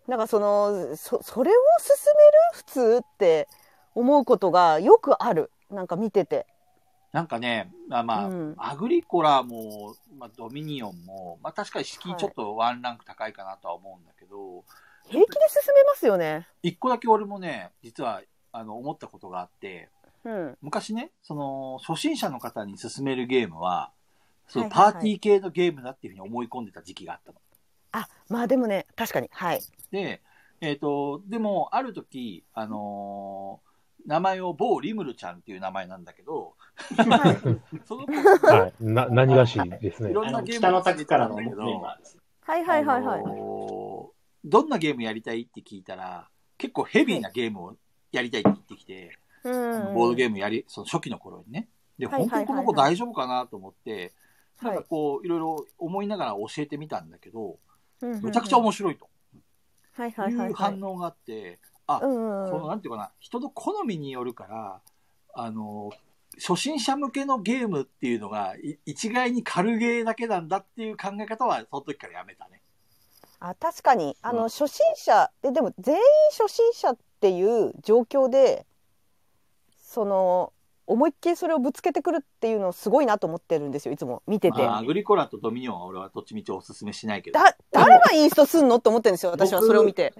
D: なんかそのそそれを勧める普通って思うことがよくあるなんか見てて。
A: なんかね、まあまあ、
D: うん
A: アグリコラも、まあ、ドミニオンも、まあ確かに敷居ちょっとワンランク高いかなとは思うんだけど、
D: 平気で進めますよね。
A: 一個だけ俺もね、実は、あの、思ったことがあって、
D: うん。
A: 昔ね、その、初心者の方に勧めるゲームは、そう
D: はいはい
A: パ
D: はい
A: ーティー系のゲームだっていうふうに思い込んでた時期があったの。
D: あ、まあでもね、確かに。はい。
A: で、えっ、と、でも、ある時、あのー名前を某リムルちゃんっていう名前なんだけど、
D: はい
A: その
C: はい。な、何らしいです ね
A: い。ろ
B: い。あ
A: んな
B: の、
A: ゲーム
B: 北の宅からのメンバーです。
D: はいはいはいはい
A: あ。のーどんなゲームやりたいって聞いたら、結構ヘビーなゲームをやりたいって言ってきて、あのボードゲ
D: ー
A: ームやり、その初期の頃にね。で、
D: はいは
A: 本
D: い
A: 当にこの子大丈夫かなと思って、
D: はい
A: なんかこう、いろいろ思いながら教えてみたんだけど、
D: ム
A: めちゃくちゃ面白いと
D: はいはいいはいうはい
A: 反。応があって、
D: う
A: その、
D: ん。
A: なんていうかな、人の好みによるから、あのー初心者向けのゲームっていうのが、い一概に軽ゲーだけなんだっていう考え方は、その時からやめたね。
D: あ確かにあの、
A: うん
D: 初心者ででも全員初心者っていう状況でその思いっきりそれをぶつけてくるっていうのすごいなと思ってるんですよいつも見てて。
A: まあアグリコラとドミニオンは俺はどっちみちおすすめしないけど。
D: だ誰がインストすんのって思ってるんですよ私は
B: 僕
D: それを見て。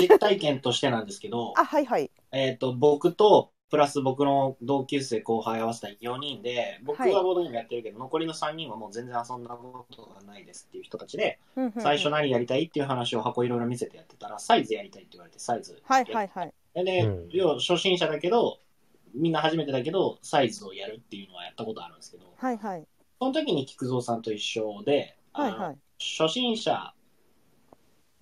B: 実体験としてなんですけど、
D: あはいはい。
B: えっ、と、僕と、プラス僕の同級生後輩合わせた4人で、僕はボードゲームやってるけど、残りの3人はもう全然遊んだことがないですっていう人たちで、
D: うんうんうん
B: 最初何やりたいっていう話を箱いろいろ見せてやってたら、サイズやりたいって言われて、サイズ。
D: はいはいはい。
B: で、
C: うん
B: 要は初心者だけど、みんな初めてだけど、サイズをやるっていうのはやったことあるんですけど、
D: はいはい。
B: その時に菊蔵さんと一緒で、
D: は
B: あ
D: い
B: の
D: はい。
B: 初心者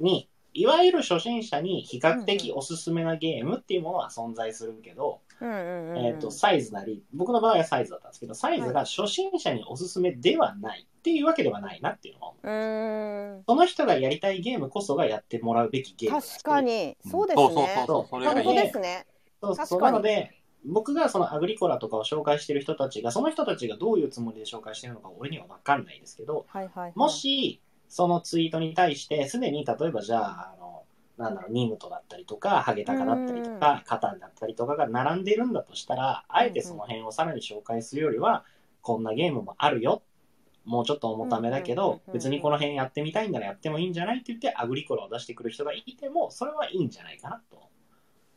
B: に、いわゆる初心者に比較的おすすめなゲームっていうものは存在するけど、
D: うんうんうん。
B: えっとサイズなり、僕の場合はサイズだったんですけど、サイズが初心者におすすめではないっていうわけではないなっていうのは思う、
D: うーん
B: その人がやりたいゲームこそがやってもらうべきゲームだし
D: 確かに
A: うん
D: そうですね。
A: そうそうそう。それが
D: 本
A: い
D: 当
A: い。
D: ですね。
B: そう
D: 確かに
B: そうなので、僕がそのアグリコラとかを紹介してる人たちが、その人たちがどういうつもりで紹介してるのか、俺には分かんないですけど、
D: はいはいはい。
B: もし、そのツイートに対して、すでに例えばじゃあ、あの、なんだろう、ニムトだったりとか、ハゲタカだったりと
D: う
B: か、カタンだったりとかが並んでるんだとしたら、あえてその辺をさらに紹介するよりは、こんなゲームもあるよ。もうちょっと重ためだけ
D: うんうんうん
B: ど
D: う、ん
B: 別にこの辺やってみたいんならやってもいいんじゃないって言って、アグリコラを出してくる人がいても、それはいいんじゃないかなと。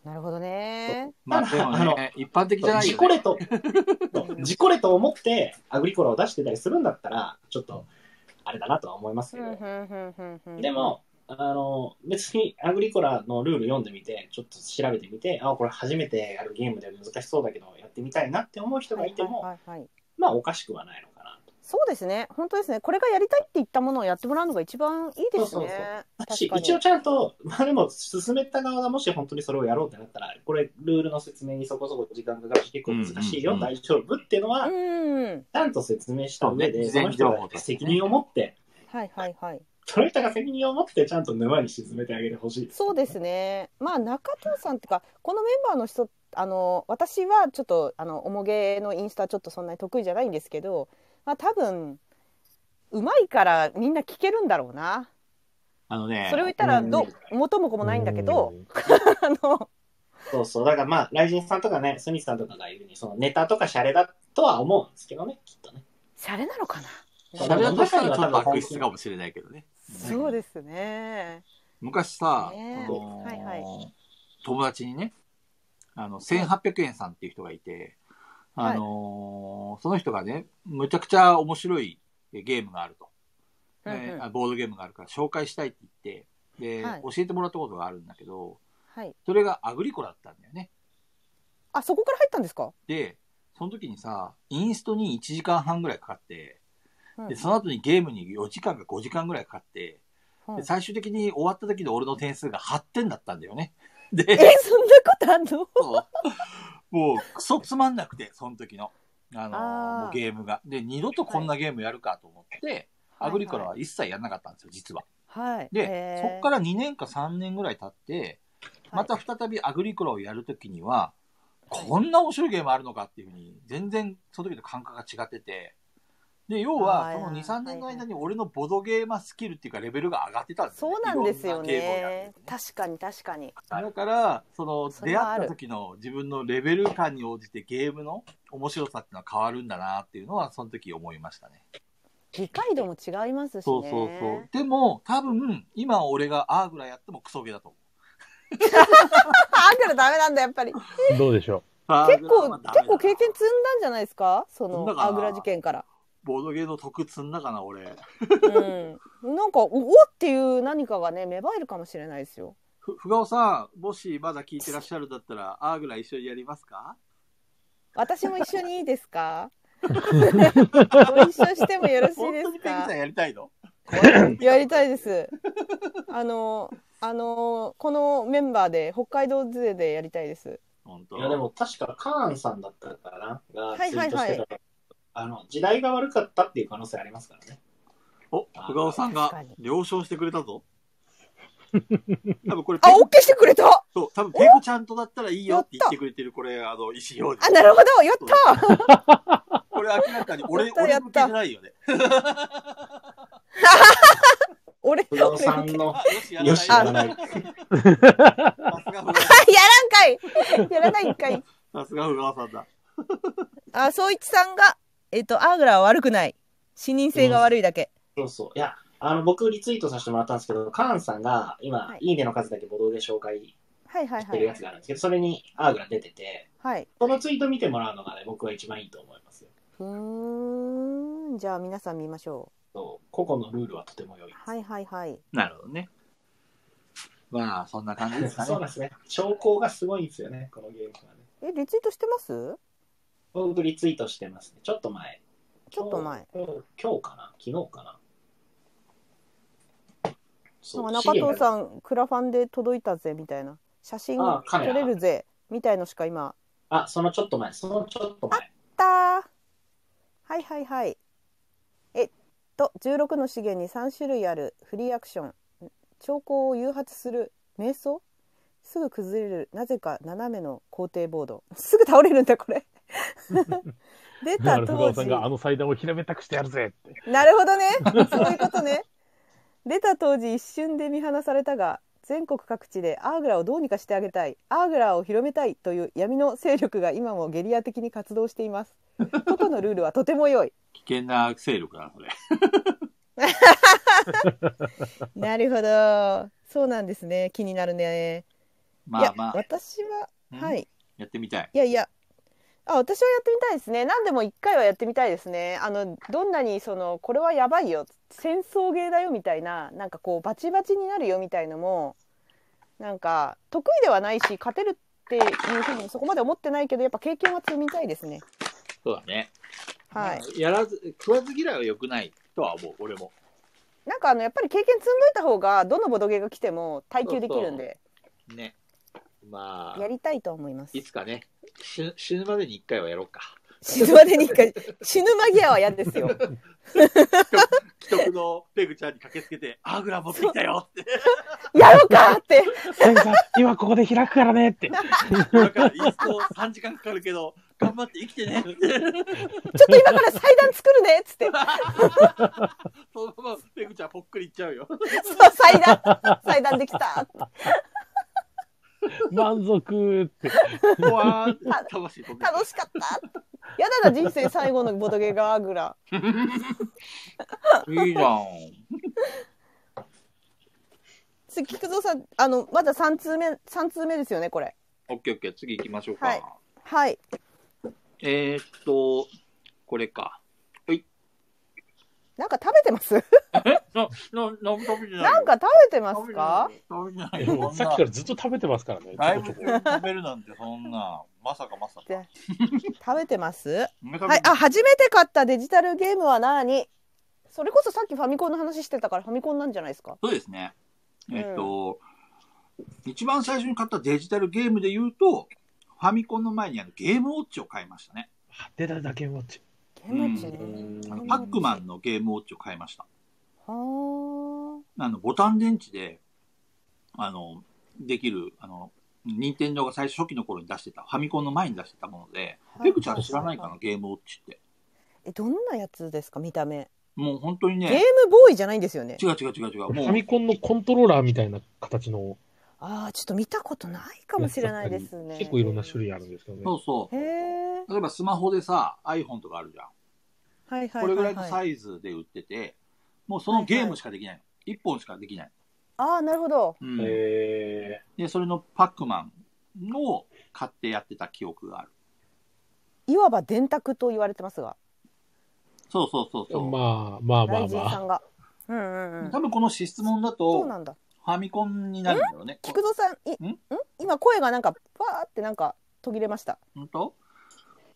D: なるほどね。
A: まあでも
B: あの
A: ね、一般的じゃない
B: 事
A: よ
B: 故
A: ね。
B: れ と、事故れと思ってアグリコラを出してたりするんだったら、ちょっと、あれだなとは思いますけ
D: うんうん
B: ど、
D: うんうんうん
B: でも、あの、別にアグリコラのルール読んでみて、ちょっと調べてみて、あ、これ初めてやるゲームで難しそうだけど、やってみたいなって思う人がいても、
D: はいはいはいはい
B: まあ、おかしくはないのかな
D: そうですね。本当ですね。これがやりたいって言ったものをやってもらうのが一番いいです
B: そうそう
D: ね
B: そう。と。
D: 確
B: し
D: かに
B: 一応ちゃんと、まあでも、進めた側がもし本当にそれをやろうってなったら、これ、ルールの説明にそこそこ時間かかるし、結構難しいよ、
A: うんうんうん
B: 大丈夫っていうのは、
D: うん。
B: ちゃんと説明した上で、
A: そうね
B: その人
A: 事前情報と
B: が
A: してね
B: 責任を持って、
D: はいはいはい。
B: その人が責任を持ってちゃんと沼に沈めてあげてほしいです。
D: そうですね。まあ中藤さんっていうかこのメンバーの人あの私はちょっとあのおもげのインスタちょっとそんなに得意じゃないんですけど、まあ多分うまいからみんな聞けるんだろうな。
A: あのね
D: それを言ったらど
B: う
D: 元も子もないんだけど、
C: うん。
D: あの
B: そうそう。だからまあ、ライジンさんとかね、スミスさんとかが言うように、そのネタとかシャレだとは思うんですけどね、きっとね。
D: シャレなのかな。
A: それだとしたらちょっと悪質かもしれないけどね。
D: そうですね。
A: 昔さ、
D: ね
A: あのー
D: はいはい
A: 友達にね、あの、1800円さんっていう人がいて、
D: は
A: あ
D: い
A: のーその人がね、むちゃくちゃ面白いゲームがあると。
D: うんうん
A: であボードゲームがあるから紹介したいって言って、で、
D: はい
A: 教えてもらったことがあるんだけど、
D: はい。
A: それがアグリコだったんだよね。
D: あそこから入ったんですか。
A: で、その時にさ、インストに1時間半ぐらいかかって、
D: うん
A: で、その後にゲームに4時間か5時間ぐらいかかって、
D: うん
A: で最終的に終わった時の俺の点数が8点だったんだよね。で、
D: えそんなことあんの？
A: そう もう、クソつまんなくて、その時の、あの
D: あー
A: もうゲームが。で、二度とこんなゲームやるかと思って、アグリコラは一切やんなかったんですよ、実は。
D: はい。
A: で、そこから2年か3年ぐらい経って、
D: は
A: ま
D: い
A: た再びアグリコラをやるときには、こんな面白いゲームあるのかっていうふうに、全然その時の感覚が違ってて、で、要は、
D: はい
A: その
D: はい
A: 2、3年の間に俺のボドゲーマースキルっていうかレベルが上がってたんです
D: そうなんです
A: い
D: よ
A: ろんなゲームをやって
D: ね
A: て。
D: 確かに確かに。
A: だから、その、
D: それ
A: 出
D: はあ
A: 会っ
D: る
A: た時の自分のレベル感に応じてゲームの面白さっていうのは変わるんだなっていうのは、その時思いましたね。
D: 理解度も違いますしね。
A: そうそうそう。でも、多分、今俺がアーグラやってもクソゲーだと思う。
D: あアングルダメなんだやっぱり。
C: どうでしょ
A: 結
D: 結構結構経験積んだんじゃないですか？そ
A: 積んだ
D: の
A: かな
D: アグラ事 件から。
A: ボードゲーの得積んだかな、俺。
D: うん。なんかおおっていう何かがね芽生えるかもしれないですよ。
A: ふ、ふがおさん、もしまだ聞いてらっしゃるんだったら、アーグラ一緒にやりますか
D: 私も一緒にいいです か？ ご一緒してもよろしい
A: 本
D: で
A: 当にペグ
D: すか
A: さん？やりたいの
D: やりたいです。あのあのこのメンバーで北海道勢でやりたいです。
A: 本当
B: いや、でも確かカーンさんだったかな、が
D: はい
B: ツイ
D: はいはい
B: ートしてた、あの、時代が悪かったっていう可能性ありますからね。
A: お、ふがおさんが
D: 確か
A: 了承してくれた ぞ。多分これ、
D: あ、オッケーしてくれた。あ、
A: そう、多分ペグちゃんとだったらいいよって言ってくれてる、これ、あの、意思表示。
D: なるほど。やった。
A: これ明らかに俺、
D: やった
A: 俺
D: やった
A: 向けじゃないよね。
D: 俺 こ
B: 不
D: れ
B: 動産の、よし、
A: や
B: や
A: ら
B: ら
A: な
B: ないい。
A: さすが不動
D: やらんかいやらないんかい
A: さすが不動産だ。
D: あ総一さんがえっとアーグラは悪くない視認性が悪いだけ、
B: そうそう。いや、あの、僕リツイートさせてもらったんですけど、カーンさんが今、
D: はい
B: い、いねの数だけボドゲ紹介
D: はいはい
B: し
D: は
B: てる
D: い
B: やつがあるんですけど、それにアーグラ出てて、
D: はい
B: このツイート見てもらうのがね、僕は一番いいと思いますよ。
D: うーんじゃあ皆さん見ましょ。
B: そう個々のルールはとても良いう
D: はいはいはい
A: なるほどね。まあ、そんな感じですか
B: そうな
A: ね。
B: んですね。証拠がすごいんですよね、このゲームはね。
D: えリツイートしてます
B: 僕リツイートしてますね。ちょっと前。
D: ちょっと前
B: 今日。今日かな昨日かなそ
D: なんか中藤
B: ん。
D: さんクラファンで届いたぜみたいな写真
B: あカメ
D: 撮
B: ラ
D: れるぜみたいのしか今あっ
B: あ、そのちょっと前。そのちょっと前。
D: たはいはいはいえっと16の資源に3種類あるフリーアクション兆候を誘発する瞑想すぐ崩れるなぜか斜めの工程ボードすぐ倒れるんだこ れ 出
C: だか
D: た
C: ら、
D: 当
C: 高田さん
D: 時
C: があの祭壇を平べったくしてやるぜって。
D: なるほどね。そういうことね。出た当時一瞬で見放されたが、全国各地でアーグラをどうにかしてあげたい、アーグラを広めたいという闇の勢力が今もゲリラ的に活動しています。個々のルールはとても 良い。
A: 危険な勢力だな、それ。
D: なるほど。そうなんですね。気になるね。い
A: ま
D: や
A: あ、まあ、
D: 私は、
A: うん
D: はい。
A: やってみたい。
D: いやいや。あ、私はやってみたいですね。何でも一回はやってみたいですね。あの、どんなにその、これはやばいよ。戦争芸だよみたいな、なんかこう、バチバチになるよみたいのも、なんか、得意ではないし、勝てるっていうふうにそこまで思ってないけど、やっぱ経験は積みたいですね。
A: そうだね。
D: はい。
A: い。やらず、食わず嫌いは良くないとは思う、俺も。
D: なんかあの、やっぱり経験積んどいた方が、どのボドゲが来ても耐久できるんで、
A: ね。ま
D: や
A: あ、
D: りたいと思います
A: い。つかね、死死ぬまでに一回はやろうか。
D: 死ぬまでに一回、死ぬ間際は嫌ですよ。
A: 既得のペグちゃんに駆けつけて、アーグラ持ってきたよっ て。
D: やろうかって。
C: ペグさん、今ここで開くからねっ て。
A: だから、イースト3時間かかるけど、頑張って生きてねって。
D: ちょっと今から祭壇作るねっつって。
A: そのままペグちゃんぽっくりいっちゃう よ。
D: そう、祭壇、祭壇できた。
C: 満足って。
A: ほわーんって魂飛んでる
D: 楽しかった。やだな、人生最後のボトゲガーグラ。
A: いいじゃん。
D: 次、菊蔵さん、あの、まだ3通目、三通目ですよね、これ。
A: オッケーオッケー、次行きましょうか。
D: はいはい。
A: えー、っと、これか。
D: なんか食べてます
A: な、な、なんか食べてないよ
D: なんか食べてますか
A: 食べてないよ。
C: さっきからずっと食べてますからね。
A: ライブ中に食べるなんてそんな、まさかまさか。
D: 食べてますは。
A: はい
D: あ、初めて買ったデジタルゲームは何それこそさっきファミコンの話してたからファミコンなんじゃないですか
A: そうですね。えっと、一番最初に買ったデジタルゲームで言うと、ファミコンの前にあるゲームウォッチを買いましたね。
C: 出ただけウォッチ。
D: ゲームチ
A: う
D: ね。
A: あのパックマンのゲームウォッチを買いました。
D: はー。
A: あの、ボタン電池で、あの、できる、あの、任天堂が最初初期の頃に出してた、ファミコンの前に出してたもので、
D: はい
A: ペグちゃん知らないかな、ゲームウォッチって。
D: え、どんなやつですか見た目。
A: もう本当に
D: ゲーム
A: ね、
D: ボーイじゃないんですよね
A: 違。う違う違う違う、
C: フ
A: も
C: ァ
A: う
C: ミコンのコントローラーみたいな形の
D: ああ、ちょっと見たことないかもしれないですね。
C: 結構いろんな種類あるんですけどね。
A: そうそ
D: へえ。
A: う。例えばスマホでさ、iPhone とかあるじゃん。
D: はいはいはい、はい。
A: これぐらいのサイズで売ってて、もうそのゲームしかできないの。1本しかできない。
D: ああ、なるほど。
A: うん
B: え
A: で、それのパックマンを買ってやってた記憶がある。
D: いわば電卓と言われてますが、
A: そうそうそうそう。
C: まあまあまあ
D: 大
C: ま
D: 臣さ
C: あ。
D: んが。うんうんうん。
A: 多分この質問だ
D: そう
A: と、
D: なんだ。
A: ファミコンになるんだろうね。
D: 菊蔵さん、い、
A: ん
D: ん、今声がなんか、わーってなんか途切れました。
A: 本当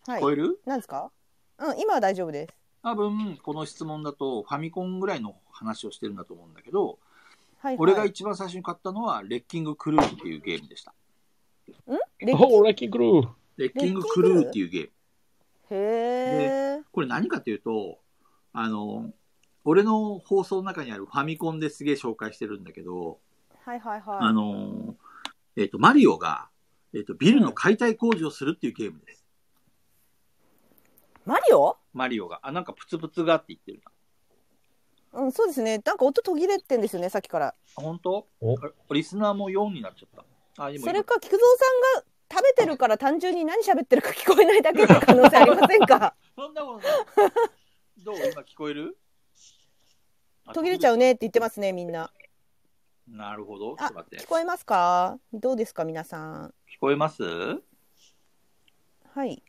D: はい
A: 聞こ。える、
D: なんですか。うん、今は大丈夫です。
A: 多分、この質問だと、ファミコンぐらいの話をしてるんだと思うんだけど、
D: はい、はい。
A: 俺が一番最初に買ったのは、レッキングクルーっていうゲームでした。
D: レ ッキ
C: おラッキークルー。
A: レッキングクルーっていうゲーム。
D: へえ。
A: これ何かというと、あの、俺の放送の中にあるファミコンですげえ紹介してるんだけど、
D: はいはいはい。
A: あの、えっ、と、マリオが、えっ、と、ビルの解体工事をするっていうゲームです。
D: マリオ。
A: マリオが。あ、なんかプツプツがって言ってる
D: うん、そうですね。なんか音途切れてんですよね、さっきから。
A: 本当
F: お
A: あリスナーも4になっちゃった。あ、今
D: それか、菊蔵さんが食べてるから単純に何喋ってるか聞こえないだけって可能性ありませんか
A: そんなこと ない。どう今聞こえる
D: 途切れちゃうねって言ってますね、みんな。
A: なるほど。ちょっ
D: あ
A: と待っ、て
D: 聞。こえますかどうですか、皆さん。
A: 聞こえます
D: はい。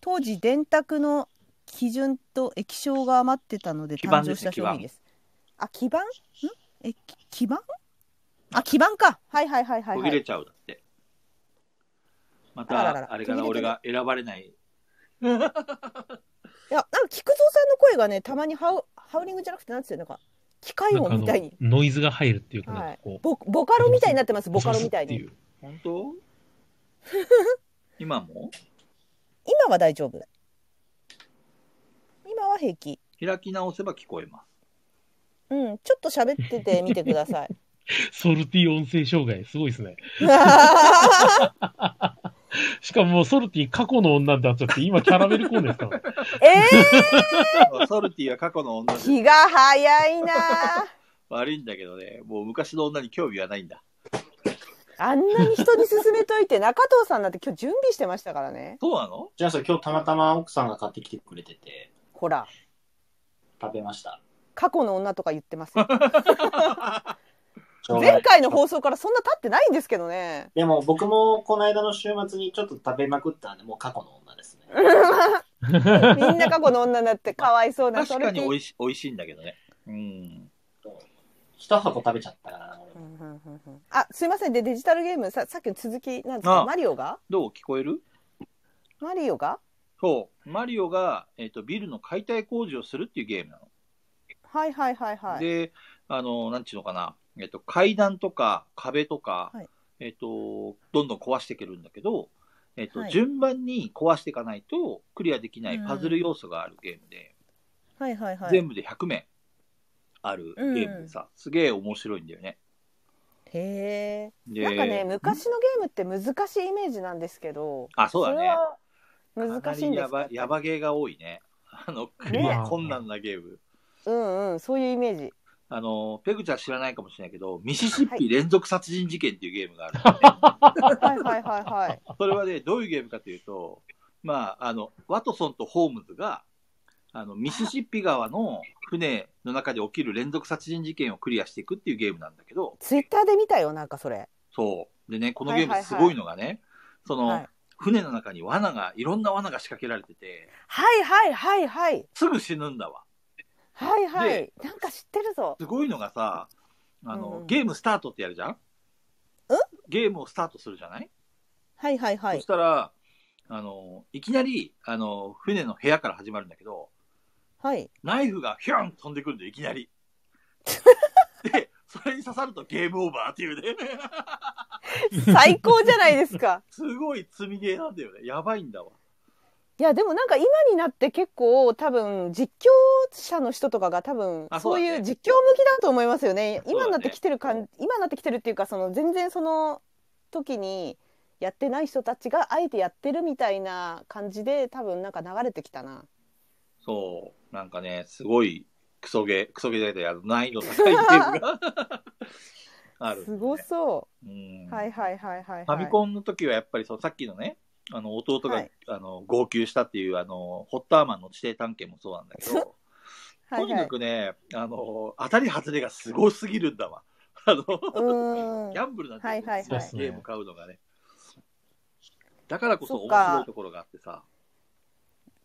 D: 当時、電卓の基準と液晶が余ってたので
A: 基板
D: 誕生した
A: ですね
D: 商品です。あ、基板んえ、き基板あ、基板か。はいはいはいはい、
A: 途
D: は
A: 切れ
D: い。
A: ちゃうだって。ま
D: あらら
A: た、
D: ら
A: あれかな、
D: 途切
A: 俺
D: れてる
A: が選ばれない。
D: いや、なんか菊蔵さんの声がね、たまにハウハウリングじゃなくて、なんつうのか、機械
C: なんか
D: 音
C: あ
D: みたいに
C: の。ノイズが入るっていうか、
D: はい
C: なんかこ
D: ボボカロみたいになってます、
C: う、
D: ボカロみたいに。
C: ボソボソってう
A: 本 当今も
D: 今は大丈夫。今は平気。
A: 開き直せば聞こえます。
D: うん、ちょっと喋っててみてください。
C: ソルティ音声障害、すごいですね。しかももうソルティ過去の女になっちゃって、今キャラメルコーンです からね。
D: え
A: ソルティは過去の女
D: ー、
A: で
D: 気が早いなあ
A: 悪いんだけどね、もう昔の女に興味はないんだ。
D: あんなに人に勧めといて、中藤さんなんて今日準備してましたからね。
A: そうなの
B: じゃあそれ今日たまたま奥さんが買ってきてくれてて、
D: ほら、
B: 食べました。
D: 過去の女とか言ってますよ。
B: しょうがな
D: 前
B: い
D: 回の放送からそんな経ってないんですけどね。
B: でも僕もこの間の週末にちょっと食べまくったんで、もう過去の女ですね。
D: みんな過去の女になってかわいそうな、
A: 確かに
D: そ
A: 美
D: れ
A: 味し美味しいんだけどね。うん。
B: 一箱食べちゃったからな、俺
D: うんうんうんうんあ、すいません。で、デジタルゲーム、ささっきの続きなんですか
A: あ
D: マリオが
A: どう聞こえる
D: マリオが
A: そう。マリオが、えっとビルの解体工事をするっていうゲームなの。
D: はいはいはいはい。
A: で、あの、なんちゅうのかな、えっと、階段とか壁とか、
D: はい
A: えっと、どんどん壊していけるんだけど、えっと、
D: はい
A: 順番に壊していかないとクリアできないパズル要素があるゲームで、
D: はいはいはい。
A: 全部で100名あるゲームでさ、すげえ面白いんだよね。
D: へえ。
A: で
D: なんかね、昔のゲームって難しいイメージなんですけど。
A: あそうだね
D: れは
A: か
D: 難
A: な
D: しいん
A: り
D: です
A: や
D: か
A: ば。やばゲーが多いね。あの、クリア困難なゲーム。
D: うんうん、そういうイメージ。
A: あの、ペグちゃん知らないかもしれないけど、ミシシッピ連続殺人事件っていうゲームがあるんだよね、
D: はいはいは いはい。
A: それはね、どういうゲームかというと、まあ、あの、ワトソンとホームズが、あの、ミシシッピ川の船の中で起きる連続殺人事件をクリアしていくっていうゲームなんだけど、
D: ツイッターで見たよ、なんかそれ。
A: そう。でね、この
D: はい
A: ゲ
D: は
A: ー
D: いはい
A: ムすごいのがね、その、
D: はい
A: 船の中に罠が、いろんな罠が仕掛けられてて、
D: はいはいはいはい。
A: すぐ死ぬんだわ。
D: はいはい
A: で。
D: なんか知ってるぞ。
A: すごいのがさ、あの、
D: うん
A: ゲームスタートってやるじゃんゲームをスタートするじゃない
D: はいはいは
A: そ
D: い
A: し。たら、あの、いきなり、あの、船の部屋から始まるんだけど、
D: はい。
A: ナイフがヒュン飛んでくるんで、いきな り。で、それに刺さるとゲームオーバーっていうね。
D: 最高じゃないですか。
A: すごい積みゲーなんだよね。やばいんだわ。
D: いや、でもなんか今になって結構多分実況者の人とかが多分
A: あそうだ
D: そう
A: ね
D: いう実況向きだと思いますよね。
A: そうだね
D: 今になってきてる感じ、今になってきてるっていうか、その全然その時にやってない人たちがあえてやってるみたいな感じで多分なんか流れてきたな。
A: そう。なんかね、すごい、クソゲー、クソゲーじゃないあの難易度高いゲームが あるんだよね、
D: すごそ
A: うん
D: う。はいはいはいはい、はい。
A: ファミコンの時はやっぱりそのさっきのね、あの弟が、
D: はい
A: あの号泣したっていうあのホッターマンの地底探検もそうなんだ けど、
D: はいはい
A: とにかくね、あの当たり外れがすごすぎるんだわ。あの
D: うーん
A: ギ。ャンブルなんて、
D: はいはいはい
C: そうっすね
A: ゲーム買うのがね。だからこそ
D: そっ
A: 面
D: か
A: 白いところがあってさ、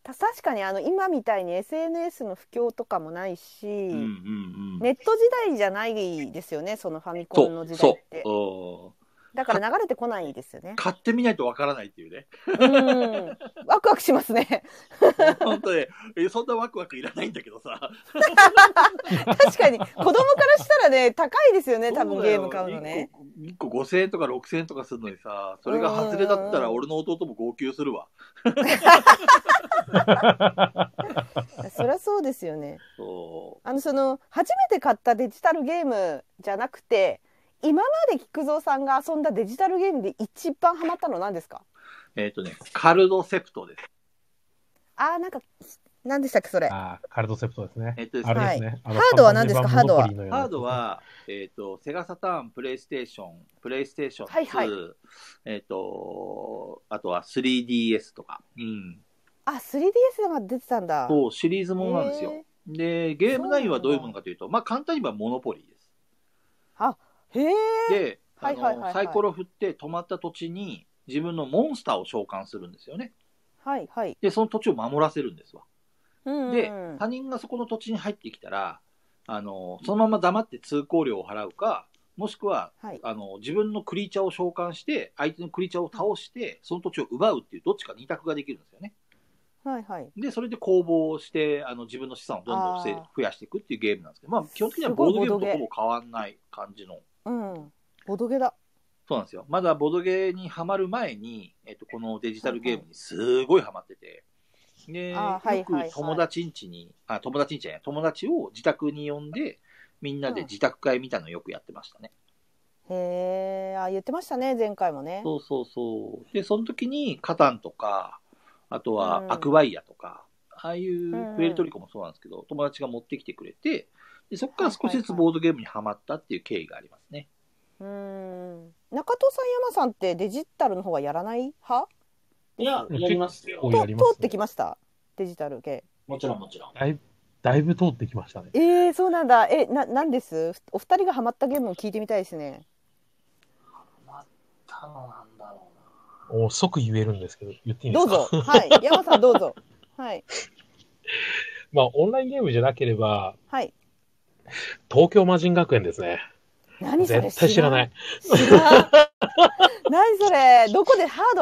D: た確かにあの今みたいに SNS の不況とかもないし、
A: うんうんうん。
D: ネット時代じゃないですよね。そのファミ
A: そ
D: コンの
A: う、
D: 時代っ
A: そ
D: て。
A: うお
D: だから流れてこないですよね
A: ー。。買ってみないとわからないっていう ね。
D: うん。ワクワクしま すね。
A: 本当ね、えそんなワクワクいらないんだけどさ。
D: 確かに子供からしたらね、高いですよね。多
A: そ
D: 分
A: だ
D: ゲ
A: よ
D: ーム買うのね。。
A: 1個5000円とか6000円とかするのにさ、それが外れだったら俺の弟も号泣するわ。
D: そりゃそうですよね。
A: そ
D: あのその初めて買ったデジタルゲームじゃなくて、今まで菊蔵さんが遊んだデジタルゲームで一番ハマったの何ですか？
A: う。えっ、とね、カルドセプトです。
D: あーなんか何でしたっけそれ
G: あーカルトセプトですね。
A: えっとです
G: あ
A: ね
G: れですね。あの
D: ハードは何ですか
G: 看板版モノポリのような
A: ハード、は、えっ、と、セガサターン、プレイステーション、プレイステーション2、
E: はいはい
A: えっ、と、あとは 3DS とか、うん。
D: あ 3DS が出てたんだ
A: そう、シリーズものなんですよ。で、ゲーム内容はどういうものかというと、まあ、簡単に言えばモノポリーです。
D: へえ
A: で、あ
D: はいはいはいは
A: の、
D: い
A: サイコロ振って止まった土地に自分のモンスターを召喚するんですよね。
D: はいはい
A: で、その土地を守らせるんですわ。
D: うん
A: で
D: うん、
A: 他人がそこの土地に入ってきたら、あの、そのまま黙って通行料を払うか、もしくは、
D: はい
A: あの、自分のクリーチャーを召喚して、相手のクリーチャーを倒して、その土地を奪うっていう、どっちか二択ができるんですよね。
D: はいはい
A: で、それで攻防をして、あの、自分の資産をどんどんせ
D: あー
A: 増やしていくっていうゲームなんですけど、まあ、基本的には
D: すご
A: ボードゲ
D: い
A: ーム
D: ボード
A: と
D: ゲー
A: ほぼ変わんない感じの。
D: うんボドゲだ
A: そうなんですよ。まだボードゲーにハマる前に、えっと、このデジタルゲームにすごいハマってて、で、
D: あーはい
A: よ
D: はいはい
A: く友達ん家に、あ、友達ん家じゃない、友達を自宅に呼んで、みんなで自宅会みたいなのよくやってましたね。
D: へえあ言ってましたね前回もね
A: そうそうそう。で、その時に、カタンとか、あとは
D: うん
A: アクワイアとか、ああいう
D: うん
A: プエルトリコもそうなんですけど、友達が持ってきてくれて、でそこから少しずつボードゲームにはまったっていう経緯がありますね。
D: うーん中戸さん山さんってデジタルの方はやらない派
B: いや、やりますよ
G: こ。う
D: と
G: やりますね
D: 通ってきましたデジタル系
B: もちろんもちろん。
G: だいぶだいぶ通ってきましたね。
D: えー、そうなんだえななんですお二人がハマったゲームを聞いてみたいですね
B: たのなんだろうな。
G: お即言えるんですけど、言っていいで
D: ど
G: すか
D: うぞ はい山さんどうぞはい
G: まあ、オンラインゲームじゃなければ、
D: はい
G: 東京魔人学園ですね。
D: 何それ
G: 絶対知らない。
D: 知らん何それどこでハードは